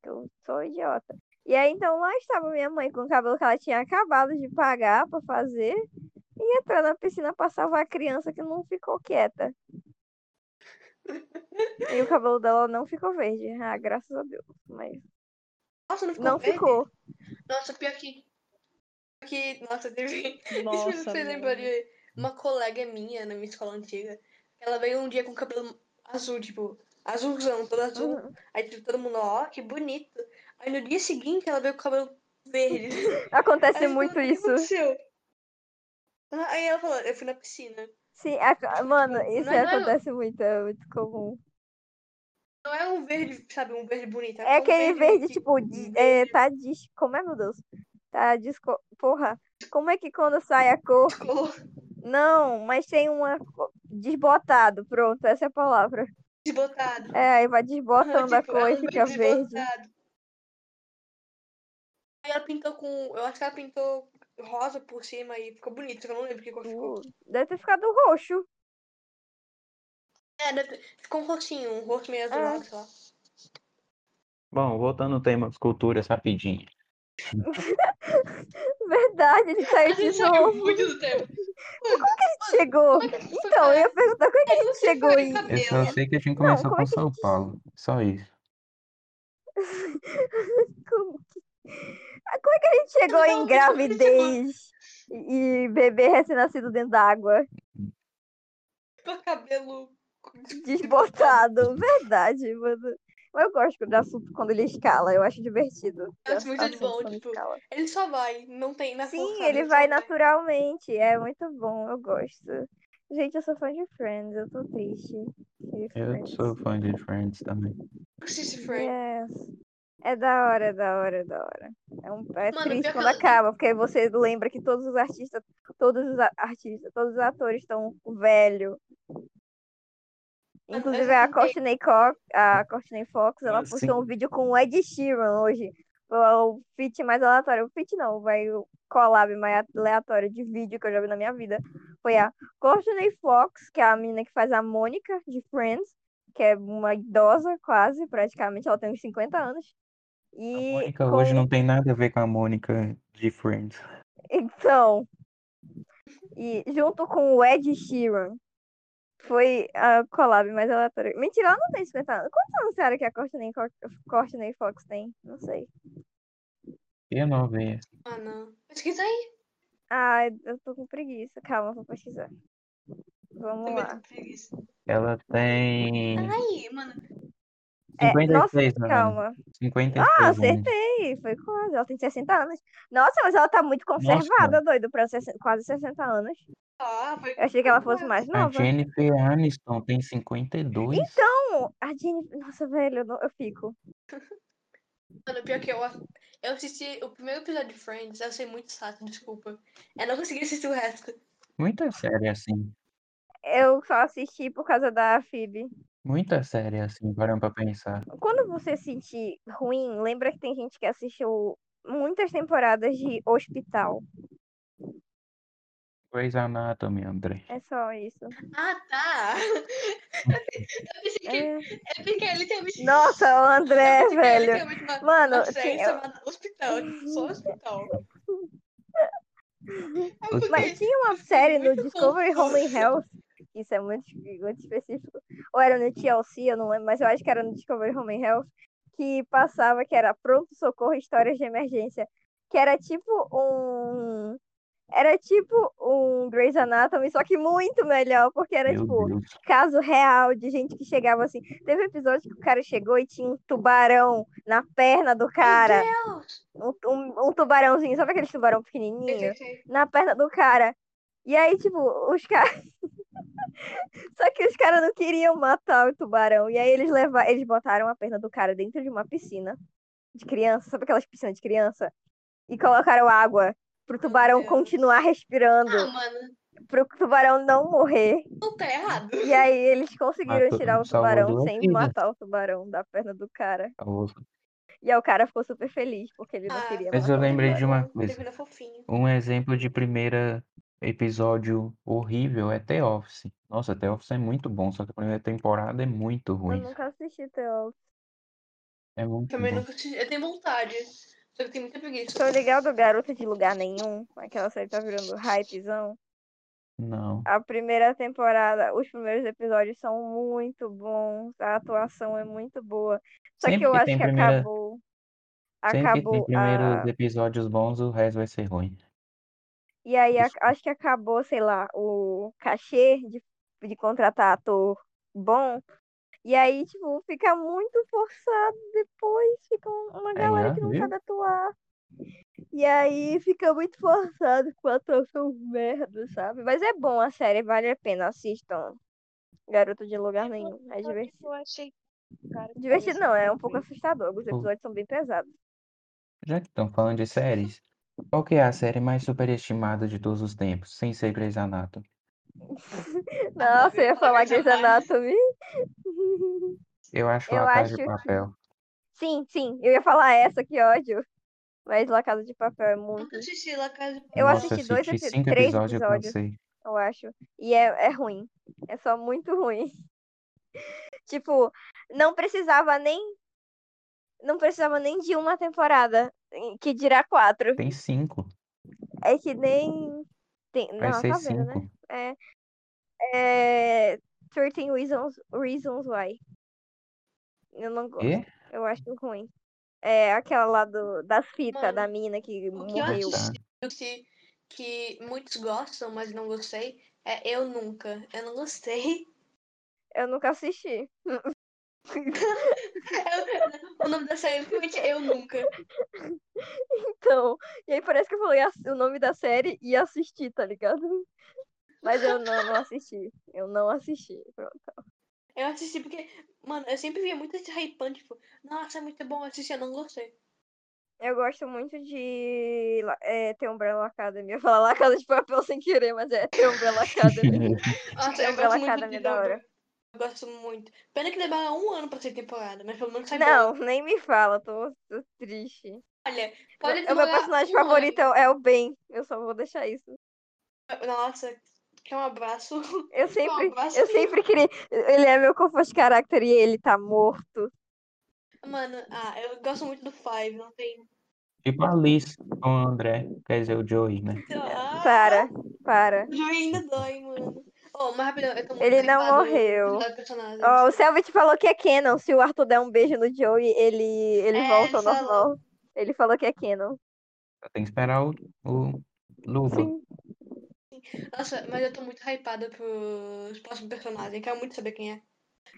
Eu sou idiota. E aí, então, lá estava minha mãe com o cabelo que ela tinha acabado de pagar pra fazer. e entrar na piscina pra salvar a criança que não ficou quieta. E o cabelo dela não ficou verde. Ah, graças a Deus. Mas
Nossa, não ficou
não
verde?
ficou.
Nossa, pior que. pior que- Nossa, teve.
Nossa,
Isso me
mano.
lembrou de uma colega minha na minha escola antiga. Ela veio um dia com o cabelo azul, tipo, azulzão, todo azul.
Uhum.
Aí tipo, todo mundo, ó, que bonito. Aí no dia seguinte ela veio com o cabelo verde.
Acontece
Aí eu
muito
falei, "O que
isso.
aconteceu?" Ah, Aí ela falou, eu fui na piscina.
Sim, ac- mano,
Não,
isso
não é-
acontece muito, é muito comum.
Não é um verde, sabe, um verde bonito.
É
um
aquele verde,
que-
tipo, de,
um
é,
verde
tá dis... Como é, meu Deus? Tá disco... Porra, como é que quando sai a cor?
cor- (laughs)
Não, mas tem uma... co- Desbotado, pronto, essa é a palavra.
desbotado.
É, aí vai
(laughs)
desbotando a
Tipo, é
cor e
um
fica verde.
desbotado. Aí ela pintou com. Eu acho que ela pintou rosa por cima e ficou bonito, só que eu não lembro que cor ficou.
Uh, deve ter ficado roxo. (laughs)
É, deve ter- ficou um rostinho, um rosto meio
Ah,
azulado, sei lá.
Bom, voltando ao tema das culturas rapidinho.
Verdade, ele saiu de
(laughs)
novo.
muito do tempo.
Chegou.
Como é que essa pessoa
Então, eu
parece?
ia perguntar como é que ele
Você
chegou
faz
aí.
Eu
cabelo.
só sei que a gente
Não,
começou
como
com
é que-
São Paulo. Só isso.
Como que... Ah, como é que a gente chegou
Não,
em
como é que a gente chegou?
gravidez e e bebê recém-nascido dentro d'água?
Tipo, cabelo.
Desbotado. Verdade, mano. Mas eu gosto do assunto quando ele escala, eu acho divertido.
Eu acho muito de
Assunto
bom,
quando
tipo,
escala.
Ele só vai, não é tem na
Sim,
forçada,
ele
só
vai naturalmente. É muito bom, eu gosto. Gente, eu sou fã de Friends, eu tô triste. E
Eu
Friends.
sou fã de Friends também.
Assiste Friends.
Yes. É da hora, é da hora, é da hora. É, um, é
Mano, pior
triste
que
quando
eu-
acaba, porque aí você lembra que todos os artistas, todos os a- artistas, todos os atores estão velho.
Mano,
Inclusive
eu já
a
tentei.
Courtney Cox, a Courtney Fox, ela
Ah, sim.
postou um vídeo com o Ed Sheeran hoje. O o feat mais aleatório, o feat não, vai o collab mais aleatório de vídeo que eu já vi na minha vida. Foi a Courtney Fox, que é a menina que faz a Mônica de Friends, que é uma idosa quase, praticamente, ela tem uns 50 anos.
A
E
Mônica
com-
hoje não tem nada a ver com a Mônica de Friends.
então, e junto com o Ed Sheeran, foi a collab mais aleatória. Mentira, ela não tem 50 anos. Quantos anos será que a Courtney, Co- Courtney Fox tem? Não sei.
Eu não vi. essa.
Ah, não. Pesquisa aí.
Ah, eu tô com preguiça. Calma, vou pesquisar. Vamos
Também
lá.
tô com preguiça.
Ela tem
Ai, mano.
É, nossa,
56 anos.
calma.
56
Ah,
anos.
acertei. Foi quase. Ela tem 60 anos. Nossa, mas ela tá muito conservada, doido, pra 60 quase 60 anos.
Ah, foi.
Eu achei que ela fosse mais
A
nova.
Jennifer Aniston tem 52.
Então, a Jennifer. Nossa, velho, eu, não- eu fico.
Mano, pior que eu. Eu assisti o primeiro episódio de Friends, eu sei muito chato, desculpa. Eu não consegui assistir o resto.
Muita série assim.
Eu só assisti por causa da Phoebe.
Muita série assim, parando pra pensar.
Quando você se sentir ruim, lembra que tem gente que assistiu muitas temporadas de Hospital.
Grey's Anatomy, André.
É só isso.
Ah,
(laughs)
tá. Eu pensei que,
É.
eu pensei que era literalmente.
Nossa, o
eu
André,
pensei que era
velho.
literalmente uma-
Mano,
uma
sim,
série
eu-
chamada Hospital, tipo, só
(laughs)
hospital. Eu
Hospital.
Mas
fiquei-
tinha uma
eu fiquei
série no
muito
Discovery
confusa.
Home and Health. Isso é muito, muito específico. Ou era no TLC, eu não lembro, mas eu acho que era no Discovery Home and Health. Que passava, que era Pronto Socorro Histórias de Emergência. Que era tipo um. Era tipo um Grey's Anatomy, só que muito melhor, porque era
Meu
tipo
Deus.
caso real de gente que chegava assim. Teve episódio que o cara chegou e tinha um tubarão na perna do cara.
Meu Deus!
Um, um, um tubarãozinho, sabe aquele tubarão
Sei,
pequenininho?
sei, sei.
na perna do cara. E aí, tipo, os caras. (laughs) Só que os caras não queriam matar o tubarão. E aí eles levaram, eles botaram a perna do cara dentro de uma piscina de criança, sabe aquelas piscinas de criança? E colocaram água pro tubarão
Deus.
continuar
Ah,
respirando,
mano,
pro tubarão não morrer.
não tá errado.
E aí eles conseguiram
Matou-
tirar o
salvou
tubarão
duas
sem
vidas.
matar o tubarão da perna do cara.
Tá louco.
E aí o cara ficou super feliz porque ele não
Ah,
queria
Mas eu
matar. o
lembrei de uma
Não,
coisa.
Termina fofinho.
Um exemplo de primeiro episódio horrível é The Office. Nossa, The Office é muito bom, só que a primeira temporada é muito
Eu
ruim.
nunca assisti teu
É muito
Também
bom.
nunca assisti. Eu tenho vontade. Só que eu tenho muita preguiça.
Tô ligado, garota de lugar nenhum. Aquela série tá virando hypezão.
Não.
A primeira temporada, os primeiros episódios são muito bons, a atuação é muito boa. Só que
Sempre
eu
que
acho
tem
que
primeira-
acabou.
Sempre que tem
Acabou ah, a.
primeiros episódios bons, o resto vai ser ruim.
E aí, a- acho que acabou, sei lá, o cachê de, de contratar ator bom. E aí, tipo, fica muito forçado depois. Fica um- uma galera
ó,
que não
viu?
sabe atuar. E aí fica muito forçado com a atuação (laughs) merda, sabe? Mas é bom a série, vale a pena. Assistam. Garoto de lugar nenhum. É divertido.
Eu achei. Cara,
Divertido não, é um pouco assustador. Alguns episódios são bem pesados.
Já que estão falando de séries, qual que é a série mais superestimada de todos os tempos, sem ser Grey's Anatomy?
Nossa, eu ia falar é
Grey's
Grey's Anatomy.
Eu acho
Eu
La
acho
Casa de
que-
Papel.
Sim, sim, eu ia falar essa, que ódio. Mas La Casa de Papel é muito.
Nunca assisti La Casa de Papel.
Eu
Nossa,
assisti dois
assisti
epi-
cinco
três
episódios e
episódios.
cansei.
eu acho. E é, é ruim. É só muito ruim. (laughs) Tipo, não precisava nem. Não precisava nem de uma temporada. em- Que dirá quatro.
Tem cinco,
É que nem. Tem...
vai
Não,
ser
tá vendo, né?
cinco.
É. É. 13 Reasons, Reasons Why. Eu não gosto.
E?
Eu acho ruim. É aquela lá do, das fitas
Mano,
da mina que
o que eu
morreu.
Tá.
assisti que, que muitos gostam, mas não gostei, é Eu Nunca. Eu não gostei. (laughs)
Eu nunca assisti.
Eu- o nome da série é realmente Eu Nunca.
Então, e aí parece que eu falei ass- o nome da série e assisti, tá ligado? (laughs) Mas eu não, não assisti. Eu não assisti. Pronto.
Eu assisti porque, mano, eu sempre via muito esse hypando, tipo, nossa, é muito bom assistir, eu não gostei.
Eu gosto muito de la- é, ter Umbrella Academy. Eu ia falar La Casa de Papel sem querer, mas é ter Umbrella Academy.
Nossa, eu
Umbrella
gosto muito
Academy
de
é da
Double.
hora.
Eu gosto muito. Pena que demora um ano pra ser temporada, mas pelo menos sai boa.
Não, nem me fala, tô, tô triste. É
Olha, pode
O meu
demorar
personagem
um ano.
favorito é o Ben. Eu só vou deixar isso.
Nossa, quer um abraço? Um
Eu
(laughs)
sempre,
abraço.
eu sempre queria. Ele é meu comfort character e ele tá morto.
Mano, ah, eu gosto muito do Five, não tem.
(laughs) Tipo a Liz com o André, quer dizer, o Joey, né?
Ah,
Para, para.
O joelho ainda dói, mano. Oh, mas rapidão, eu tô muito
Ele não
hypada no-
morreu.
no personagem.
Ó, o Selvit falou que é Canon. Se o Arthur der um beijo no Joey, ele, ele
É,
volta ao
ele falou.
normal. Ele falou que é Canon.
Só Tem que esperar o, o Luba.
Sim.
Nossa, mas eu tô muito hypada pros próximos personagens. Quero muito saber quem é.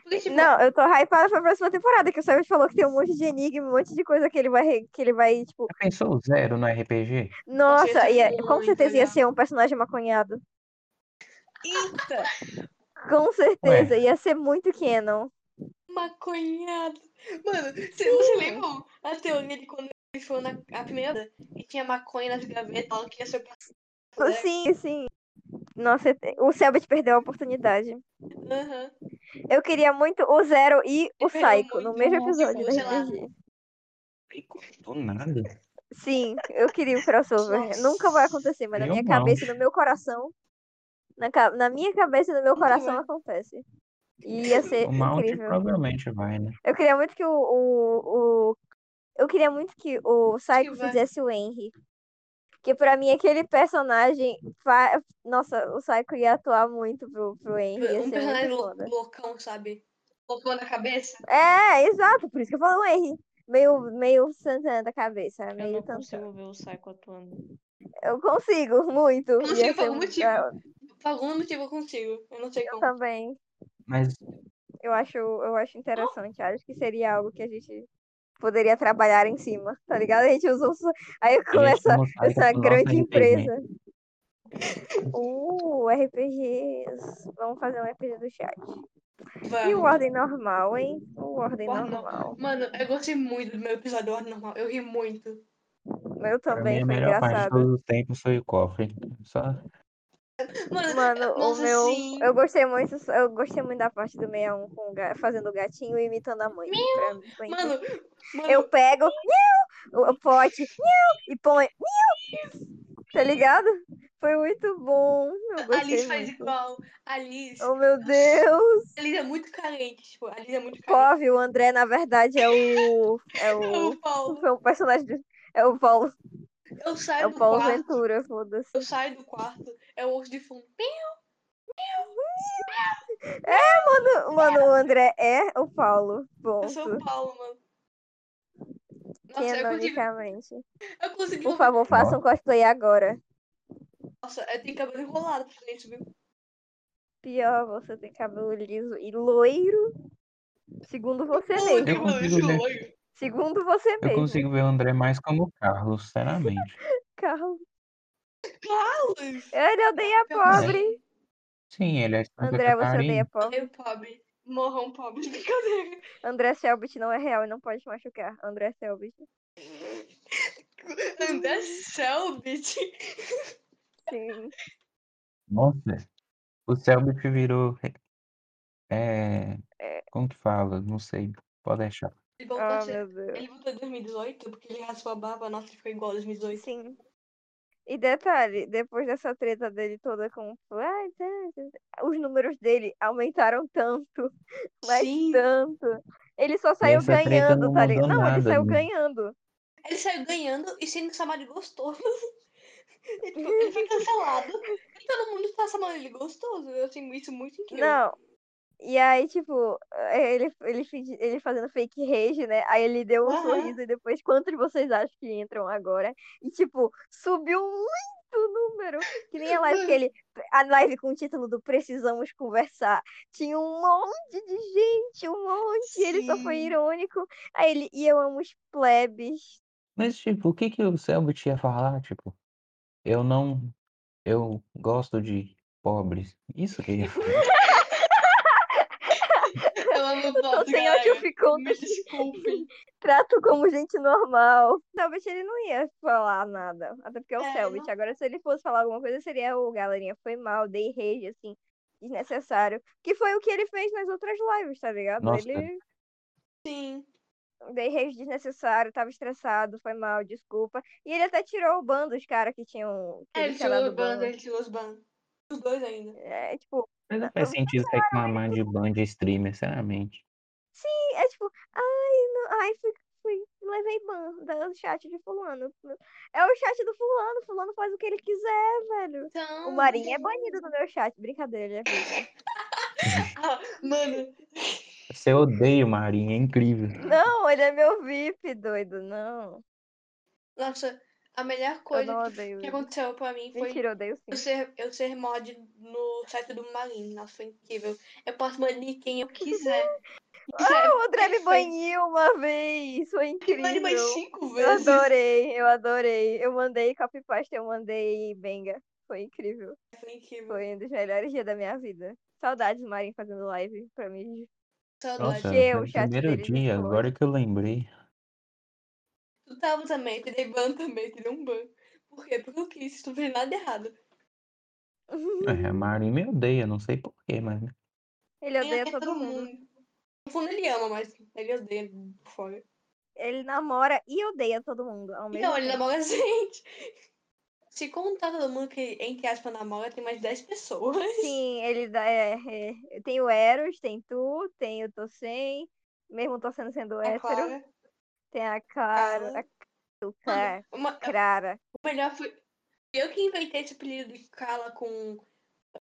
Porque, tipo,
Não, eu tô hypada pra próxima temporada, que o Selvit falou que tem um monte de enigma, um monte de coisa que ele vai, re- que ele vai tipo,
Já pensou o Zero no RPG?
nossa,
certeza
ia-
muito né?
com certeza ia
legal.
ser um personagem maconhado.
Eita!
Com certeza, ia ser muito Canon.
maconhado. Mano, você, você lembra a teoria de quando eles foram na a primeira e tinha maconha nas gavetas, falando que ia ser passado, né?
Sim, sim. Nossa, o Selbit perdeu a oportunidade.
né?
(laughs)
Aham.
Eu queria muito o Zero e o
perdeu
Psycho no
muito, tipo,
mesmo
nossa,
episódio da
sei lá.
RPG.
Do nada.
Sim, eu queria um crossover.
Nossa.
Nunca vai acontecer, mas na
Eu
minha
não.
cabeça e no meu coração. Na, ca- na minha cabeça e no meu
Nunca
coração
vai.
acontece. E ia ser
O Mount
É incrível.
provavelmente vai, né?
Eu queria muito que o, o, o- Eu queria muito que o Psycho
vai.
fizesse o Henry. Porque pra mim aquele personagem. fa- Nossa, o Psycho ia atuar muito pro, pro Henry. Ia
Um
ser
personagem
muito
lou-
foda.
loucão, sabe? Loucão na cabeça.
É, exato, por isso que eu falo o Henry. Meio, meio Santana da cabeça,
Eu
meio
não
Santana.
consigo ver o Psycho atuando.
Eu consigo, muito.
Consigo
Ia
por
ser
algum
um-
motivo.
ah,
Por algum motivo eu consigo. Eu não sei
Eu
como.
também.
Mas
Eu acho, eu acho interessante. Acho que seria algo que a gente poderia trabalhar em cima, tá ligado? A gente usa um... so- Aí
a gente
começa
não sabe
essa
do nosso
grande
RPG.
empresa. Uh, RPGs. Vamos fazer um RPG do chat. E o
Vamos.
Ordem Normal, hein? O Ordem
Ordem
Normal.
Mano, eu gostei muito do meu episódio do Ordem normal. Eu ri muito.
Eu
Pra mim, é
também,
a
foi
melhor parte de
engraçado.
todos os tempos foi o cofre. Só
Mano,
Mano, o
nossa,
meu.
sim.
Eu gostei muito. Eu gostei muito da parte do 61 com o ga- fazendo o gatinho e imitando a mãe. Pra mim, foi
Mano, mano,
Eu pego miau, o o pote miau, e põe miau, tá ligado? Foi muito bom. Eu
a
gostei
Alice faz
muito.
igual. A Alice,
Oh meu Deus!
a Alice é muito carente. Tipo, a Alice é muito carente.
Cove, o André, na verdade, é o. É
O
o.
Paulo.
Foi o personagem do. É o Paulo.
Eu
É
saio
o
do
Paulo
quarto.
Ventura, foda-se.
Eu saio do quarto, é o urso de fundo.
Mano, mano, o André é o Paulo.
Eu sou
Ponto.
o Paulo, mano. Nossa, eu consegui.
Canonicamente.
Eu consegui.
Por favor, façam cosplay agora.
Nossa, eu tenho cabelo enrolado pra gente, viu?
Pior, você tem cabelo liso e loiro. Segundo você
Pô, que
mesmo.
Eu consigo
maluco
ver.
loiro.
Segundo você
Eu
mesmo.
consigo ver o André mais como o Carlos, sinceramente.
Carlos.
Carlos!
Ele odeia
Pior que
pobre.
sim.
Sim, ele é de Santa
André, você
Catarina.
odeia pobre.
Eu pobre. Morram pobre. Brincadeira.
André Selbit não é real e não pode te machucar. André Selbit.
André Selbit.
Sim.
Nossa, o Selbit virou. É.
É.
Como que fala? Não sei. Pode deixar.
Ele voltou, a
Ah,
ser-
meu Deus.
ele voltou em 2018 porque ele raspou a barba, nossa, ele ficou igual a 2018.
Sim. E detalhe, depois dessa treta dele toda com. Ai, tá, tá, tá, Os números dele aumentaram tanto, (laughs) mas então
Sim.
tanto. Ele só saiu
essa treta
ganhando,
não
tá ligado?
mudou
Não, ele
nada,
saiu
né?
ganhando.
Ele saiu ganhando e sendo chamado de gostoso. Ele foi, ele
(laughs)
foi cancelado. E todo mundo tá chamando ele de gostoso. Eu achei isso muito incrível.
Não. E aí, tipo, ele, ele, fingi- ele fazendo fake rage, né? Aí ele deu um
Aham.
sorriso e depois, quantos vocês acham que entram agora? E, tipo, subiu muito o número. Que nem a live que ele. A live com o título do Precisamos Conversar. Tinha um monte de gente, um monte. E ele só foi
Sim.
irônico. Aí ele, e eu amo os plebes.
Mas, tipo, o que que o Selbit ia falar? Tipo, eu não. Eu gosto de pobres. Isso que ele ia
(laughs)
falar.
Eu amo o
Só
Bob,
tem
Me
onde
desculpem.
(laughs) trato como gente normal. Selbit ele não ia falar nada. Até porque é o
É,
Selbit.
não.
Agora, se ele fosse falar alguma coisa, seria o galerinha. Foi mal, dei rage, assim, desnecessário. Que foi o que ele fez nas outras lives, tá ligado?
Nossa.
Ele
Sim.
dei rage desnecessário, tava estressado, foi mal, desculpa. E ele até tirou o ban dos caras que tinham. que
É, ele
ele
tirou
tinha dado
o bando,
ban.
ele tirou os bandos. Os dois ainda.
É, tipo,
Mas não faz sentido reclamar de ban de streamer, sinceramente.
é tipo, ai, não, ai, fui, fui, levei ban da- do chat de fulano. É o chat do fulano, fulano faz o que ele quiser, velho.
Então,
O Marinho é banido do meu chat, brincadeira. ele é vivo.
Ah, mano,
Você odeia o Marinho, é incrível.
Não, ele é meu VIP, doido, não.
nossa, a melhor
Eu
coisa
não
que-
odeio
que
ele.
aconteceu pra mim foi
Mentira, eu odeio sim.
eu ser, eu ser mod no site do Marinho. Nossa, foi incrível. Eu posso banir quem eu quiser. Isso é-
(laughs) Ah, o André me
perfeito.
baniu uma vez, foi
Ele bane mais
incrível.
cinco
Eu
vezes.
adorei, eu adorei. Eu mandei copy paste, eu mandei benga. Foi incrível.
Foi incrível.
Foi um dos melhores dias da minha vida. Saudades do Marinho fazendo live pra mim. (laughs)
Saudade.
Nossa,
Achei
foi
o
o
chat
primeiro
deles
dia,
explode.
agora que eu lembrei.
Tu tava também, te dei ban também, te dei um ban. Por quê? Porque eu quis, tu não fez nada errado.
É, a Marinho me odeia, não sei porquê, mas. né,
Ele
Nem
odeia
até
todo É mundo.
é No fundo ele ama, mas ele odeia por fora.
Ele namora e odeia todo mundo ao mesmo
Então, ele
tempo.
namora (laughs) a gente. Se contar todo mundo que, entre aspas, namora, tem mais 10 pessoas.
Sim, ele dá, é, é, tem o Eros, tem tu, tem o Tossen, mesmo Tossen sendo
(laughs) É
hétero,
claro.
tem a
Ah.
Clara, a Tuca,
Uma,
Clara,
o melhor foi. Eu que inventei esse apelido de Carla com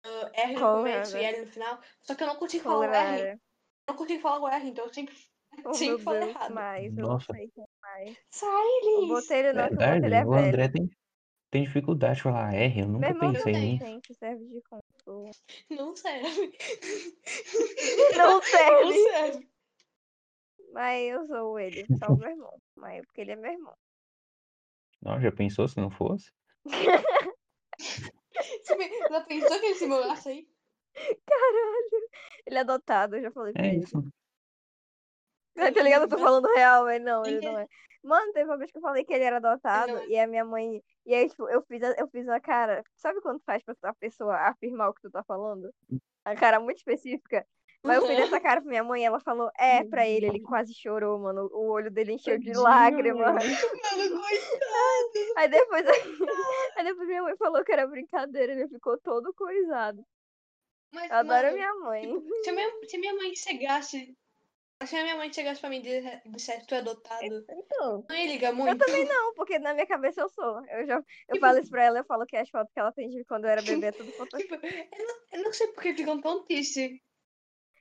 ah, R no
Colorado.
começo e L no final. Só que eu não consigo falar o R. Eu
Clara.
não consigo falar o R, então eu sempre,
Oh, meu
sempre falo
Deus,
errado.
mais, eu
Nossa.
não sei quem mais.
Sai,
O
Liz!
Botelho não, que o
Verdade, né,
Botelho é
o André
velho.
tem, tem dificuldade de falar "Ah, R, eu
Meu
nunca
irmão
pensei
também
nisso.
tem, que serve de consolo.
Não serve. (laughs)
Não
Não
serve!
serve.
(laughs) Mas eu sou ele, só o meu irmão. Mas porque ele é meu irmão.
Não, já pensou se não fosse?
Você me- Já pensou que ele se morasse aí?
Ele é adotado, eu já falei pra
É
ele.
isso.
Ai, tá
Ele
ligado? Eu tô
não-
falando real, mas não,
Ele
ele não é. Mano, teve uma vez que eu falei que ele era adotado
não é.
e a minha mãe. E aí, tipo, eu fiz, a- eu fiz uma cara. Sabe quando faz pra a pessoa afirmar o que tu tá falando? Uma cara muito específica. Mas eu fiz
Aham.
essa cara pra minha mãe e ela falou, é, pra ele, ele quase chorou, mano. O olho dele encheu de
Tadinho,
lágrimas.
mano.
Mano, coitado.
Aí depois, (laughs) aí depois minha mãe falou que era brincadeira, ele ficou todo coisado.
Mas,
Eu adoro
mano,
minha mãe.
tipo, se, minha, se minha mãe chegasse Acho que a minha mãe chegasse pra mim e dizer- dissesse tu é adotado.
Então,
Não ia ligar muito.
eu também não, porque na minha cabeça eu sou. Eu já eu falo isso pra ela, eu falo que é as fotos que ela tem de quando eu era bebê é tudo foto.
Tipo, eu não, eu não sei porque ficam tão tristes.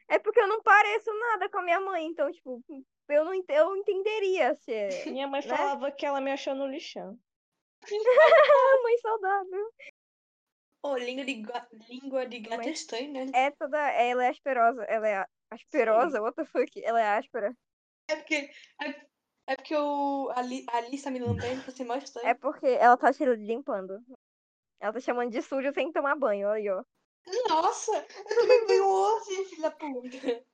É porque eu não pareço nada com a minha mãe, então, tipo, eu não ent- eu entenderia se é
Minha mãe
Né?
falava que ela me achou no lixão.
uma mãe saudável.
Ô, língua de, gua- língua de gato
Mas-
é estranho, né?
É toda. Ela é asperosa. Ela é a- asperosa? What the fuck? Ela é áspera.
É porque, é, é porque o, a, Li, a Alice tá me lambendo pra ser mais estranho.
É porque ela tá se limpando. Ela tá chamando de sujo sem tomar banho, olha aí, ó.
Nossa, eu também vi hoje, filha da puta.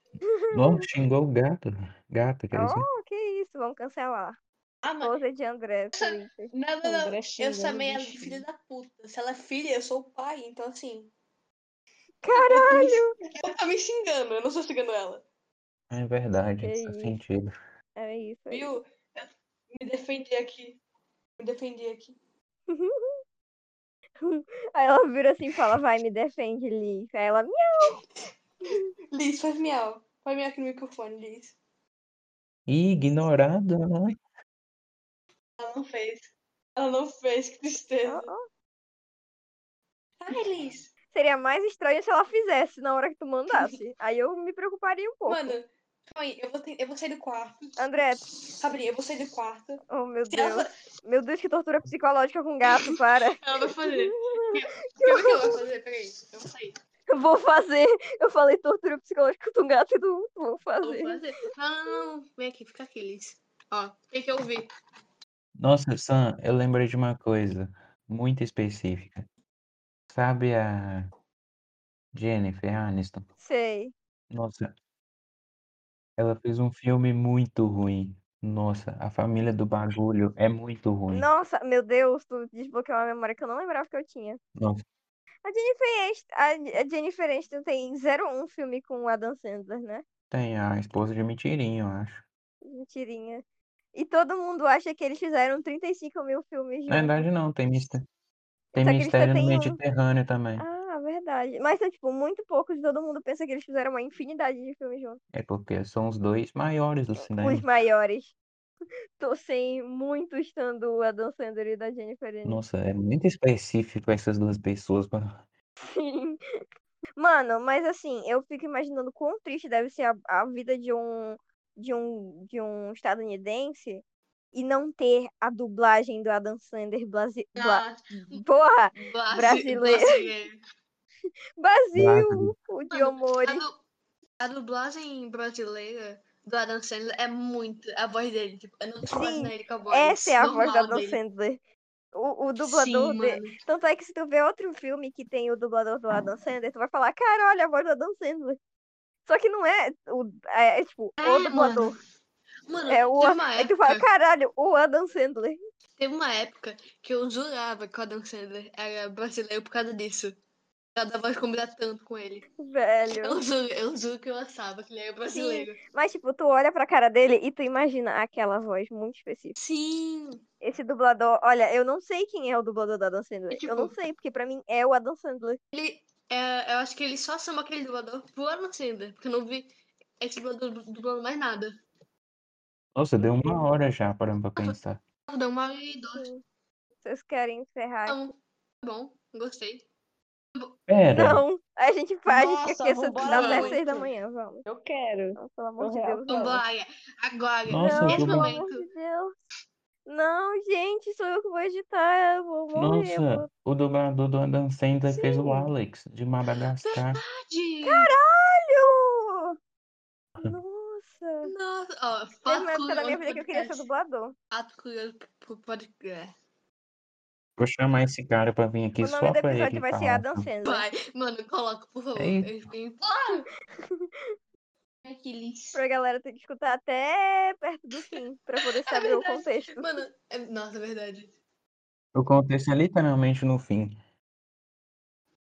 Nossa, xingou o gato. Gato, quer dizer.
Oh, que isso, vamos cancelar.
Ah, mas.
Rosa de André, Twitter.
Não, não, não.
André
Eu
xingando
chamei ela de
bichinho.
filha da puta. Se ela é filha, eu sou o pai, então assim.
Cara,
Caralho! Ela tá me xingando, eu não estou xingando ela.
É verdade,
Que
faz
isso.
sentido.
é isso aí.
Viu? Eu me defendi aqui. Me defendi aqui.
Aí ela vira assim e fala, vai, me defende, Liz. Aí ela, minha.
Liz, faz miau. Faz miau aqui no microfone, Liz.
Ih, ignorado, não é?
Ela não fez. Ela não fez, que tristeza.
ó, ó."
Ai, Liz.
Seria mais estranho se ela fizesse na hora que tu mandasse. Aí eu me preocuparia um pouco.
Mano, calma aí. Eu vou, ter- eu vou sair do quarto.
André,
Sabrina, eu vou sair do quarto.
oh meu
Se ela-
Deus. Meu Deus, que tortura psicológica com gato, para.
Ela vai (laughs) fazer. Como é que ela vai fazer? Peraí, eu vou sair.
Eu vou fazer. Eu falei tortura psicológica com gato e do vou
Eu vou
fazer.
fazer. Não, não, não. Vem aqui, fica aqui, Liz. Ó, tem que ouvir.
Nossa, Sam, eu lembrei de uma coisa muito específica. Sabe a Jennifer Aniston?
Sei.
Nossa, ela fez um filme muito ruim. Nossa, a família do bagulho é muito ruim.
Nossa, meu Deus, tu desbloqueou uma memória que eu não lembrava que eu tinha.
Nossa,
A Jennifer, Anist- a- a Jennifer Aniston tem 01 filme com o Adam Sandler, né?
tem a esposa de mentirinho, eu acho.
Mentirinha. E todo mundo acha que eles fizeram 35 mil filmes juntos.
Na verdade, não, tem mistério. Tem
Só que eles só
mistério no
têm um.
Mediterrâneo também.
Ah, verdade. Mas são, tipo, muito poucos. Todo mundo pensa que eles fizeram uma infinidade de filmes juntos.
É porque são os dois maiores do
Os
cinema.
maiores. (laughs) Tô sem muito estando o Adam Sandler e da Jennifer Aniston.
Nossa, é muito específico essas duas pessoas. pra-
Sim. Mano, mas assim, eu fico imaginando quão triste deve ser a, a vida de um, de um de um estadunidense e não ter a dublagem do Adam Sandler blasi, bla,
Ah.
porra,
Blasi-
Brasileiro.
brasileiro.
Brasil, o de
Mano, A,
Omori.
du- a dublagem brasileira do Adam Sandler é muito a voz dele. Tipo, eu não tô
Sim,
imaginando ele com a voz.
Essa é a voz do
normal
Adam
dele.
Sandler. O, o dublador de-
Sim, mano.
Tanto é que se tu vê outro filme que tem o dublador do
Uhum.
Adam Sandler, tu vai falar, cara, olha a voz do Adam Sandler. Só que não é, o, é, é, tipo, o
É,
dublador.
mano. Mano,
É o.
teve, uma
Aí tu
época,
fala, caralho, o Adam Sandler.
teve uma época que eu jurava que o Adam Sandler era brasileiro por causa disso. Por causa da voz combinar tanto com ele.
(laughs) Velho.
Eu juro, eu juro que eu achava que ele era brasileiro.
Mas, tipo, tu olha pra cara dele e tu imagina aquela voz muito específica.
Sim.
Esse dublador, olha, eu não sei quem é o dublador do Adam Sandler.
E,
Eu não
tipo-
sei, porque pra mim é o Adam Sandler.
Ele, é, eu acho que ele só chama aquele dublador pro Adam Sandler, porque eu não vi esse dublador du- dublando mais nada.
Nossa, deu uma hora já parando pra pensar.
Deu uma hora e dois.
Vocês querem encerrar?
Então, tá bom, gostei.
Pera,
Não! A gente faz, a gente
Nossa,
fica aqui
vambora
dá até
muito.
seis da manhã, vamos.
Eu quero.
Não, pelo amor de
Vambora.
Deus, não.
Vambora, agora,
Nossa,
não,
nesse
pelo
dublador.
amor
momento.
de Deus. Não, gente, sou eu que vou editar, eu vou morrer. eu
nossa,
vou-
o dublador do Adam Sandler fez o
Sim.
Alex de Madagascar.
Tadinho.
Alho! Nossa!
Nossa, ó,
Teve uma
fato
época da minha
curioso
vida que eu queria ser
podcast.
dublador.
Fato curioso pro podcast.
Vou chamar esse cara pra vir aqui
O
só
nome do
pra
episódio
ele
vai ser
falar.
Adam Sandler.
Vai, mano, coloca, por favor.
Ei.
Eu fiquei. Claro! (laughs) Ai, que lixo.
Pra galera ter que escutar até perto do fim, pra poder saber o
É verdade.
contexto.
Mano, é- nossa, é verdade.
O contexto é literalmente no fim.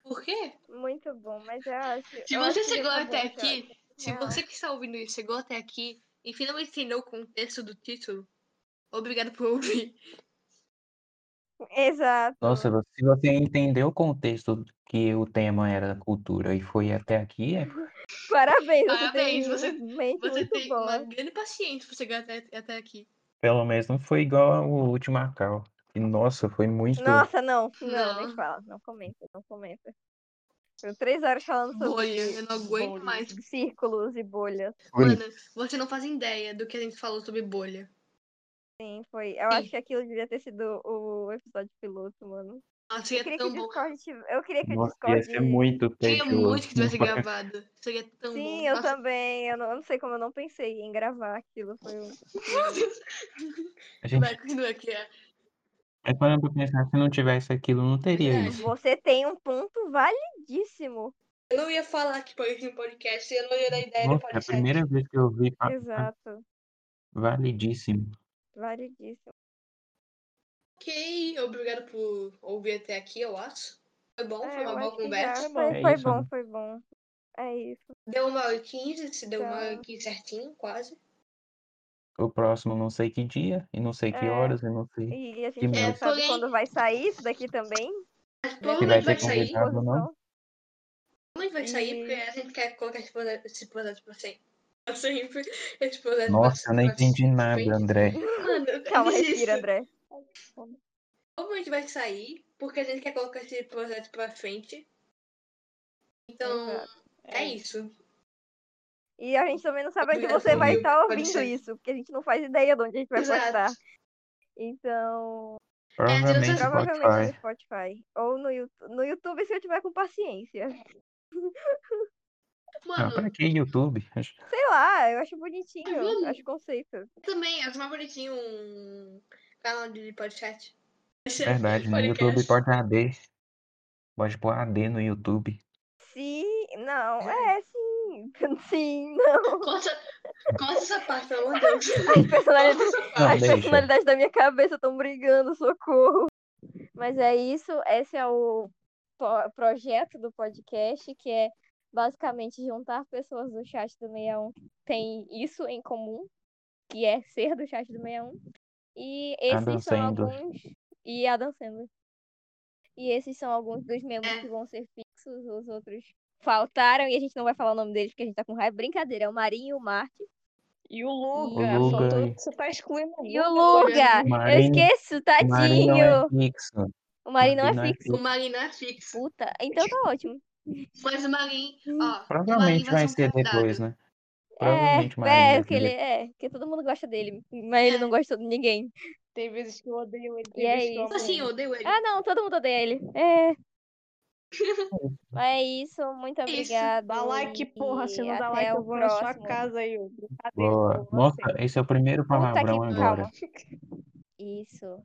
Por quê?
Muito bom, mas eu acho.
Se
eu acho
você
que
chegou
tá
até
bom, cara.
aqui, se
Real.
você que está ouvindo isso chegou até aqui e finalmente entendeu o contexto do título, obrigado por ouvir.
Exato.
Nossa, vo- se você entendeu o contexto que o tema era cultura e foi até aqui, é
Parabéns,
Parabéns,
você
você-
tem um mente
Você
muito
tem
boa.
uma grande paciência pra chegar até, até aqui.
pelo menos não foi igual ao último Macau. E nossa, foi muito.
Nossa, não, não,
Não.
nem fala, não comenta, não comenta. Foram três horas falando
Bolha,
sobre
eu não aguento
bolha.
mais.
círculos e bolhas.
bonito.
Mano, você não faz ideia do que a gente falou sobre bolha.
Sim, foi. Eu
Sim.
acho que aquilo devia ter sido o episódio piloto, mano.
Nossa,
Eu
seria
queria que o
tão bom.
Discord. tive- Eu queria que o
Nossa,
Discord.
ia ser muito
Queria
tedioso.
muito que tivesse gravado. Seria tão bom.
Sim, eu
Nossa,
também. Eu não, eu não sei como eu não pensei em gravar aquilo. Foi um-
Meu Deus.
(laughs) A gente
Vai, continua aqui. é.
é parando pra pensar, se não tivesse aquilo, não teria
Verdade.
isso.
Você tem um ponto validíssimo.
Eu não ia falar que foi um podcast, eu não ia dar ideia do
Nossa, é a
podcast.
primeira vez que eu vi fa-
Exato.
validíssimo.
Validíssimo.
Ok, obrigado por ouvir até aqui, eu acho. Foi bom,
É,
foi
eu acho
uma boa
que já
conversa.
foi,
É
foi
isso,
bom,
né?
foi bom. É isso.
Deu uma hora e quinze, se deu uma hora e
Tá.
quinze certinho, quase.
O próximo não sei que dia, e não sei que
É.
horas, e não sei.
E a
Que
gente não
merda.
sabe
Porém-
quando vai sair isso daqui também.
Mas
Se vai
provavelmente vai
ter
sair.
convidado ou não.
Provavelmente vai sair, porque
E-
a gente quer colocar esse projeto, esse projeto pra sempre. Pra sempre. Esse projeto
Nossa, eu não
pra- pra
entendi nada,
sempre.
André.
Mano,
Calma, respira,
isso
André.
Provavelmente vai sair, porque a gente quer colocar esse projeto pra frente. Então,
Exato.
é isso.
E a gente também não sabe onde
Obrigada
você vai
por-
estar
pode
ouvindo
ser.
isso, porque a gente não faz ideia de onde a gente vai
Exato.
postar. Então,
Provavelmente
Spotify.
provavelmente é no
Spotify.
Spotify. Ou no YouTube, no YouTube se eu tiver com paciência.
Ah,
Mano,
pra que YouTube?
Sei lá, eu acho
É
bonitinho,
mesmo?
acho conceito.
eu também acho mais bonitinho um canal de podcast.
Verdade, no
Podcast.
YouTube pode AD. Pode pôr AD no YouTube.
Sim, não, é sim. (laughs) Sim, não.
Corta, corta essa parte, pelo amor de Deus.
As personalidades,
Não,
as
deixa.
personalidades da minha cabeça estão brigando, socorro. Mas é isso, esse é o po- projeto do podcast, que é basicamente juntar pessoas do chat do 61 que tem isso em comum, que é ser do chat do 61. E
Adam
esses são
Sandler.
alguns. E a dançando. E esses são alguns dos membros
É.
que vão ser fixos, os outros faltaram, e a gente não vai falar o nome deles porque a gente tá com raiva. Brincadeira, é o Marinho e o Marte.
E o
O
Luga,
Luga
faltou-
aí.
você tá excluindo o
E o
Luga.
Luga! Eu
Marinho-
esqueço,
O Marinho não
tadinho!
é fixo.
O Marinho não é
Marinho não é
fixo.
O Marinho não é fixo.
Puta, então tá ótimo.
Mas o Marinho, ó, o Marinho
Provavelmente vai
ser um
ser
convidado.
depois, né?
É,
Provavelmente o Marinho
é,
vai
porque
ser
ele
depois.
é, porque todo mundo gosta dele, mas ele não gosta de ninguém.
Tem vezes que eu odeio ele,
E
tem
é
vezes que eu
isso.
amo
Assim,
ele.
eu odeio ele.
Ah, não, todo mundo odeia ele. É.
(laughs)
Mas é isso, muito
isso.
obrigada.
Dá like, porra, se não
e até
dá like,
o
eu vou
próximo.
na sua casa aí. ô. Brincadeira,
Boa.
pô,
Nossa,
você.
esse é o primeiro
Puta
palavrão
que
agora.
Isso.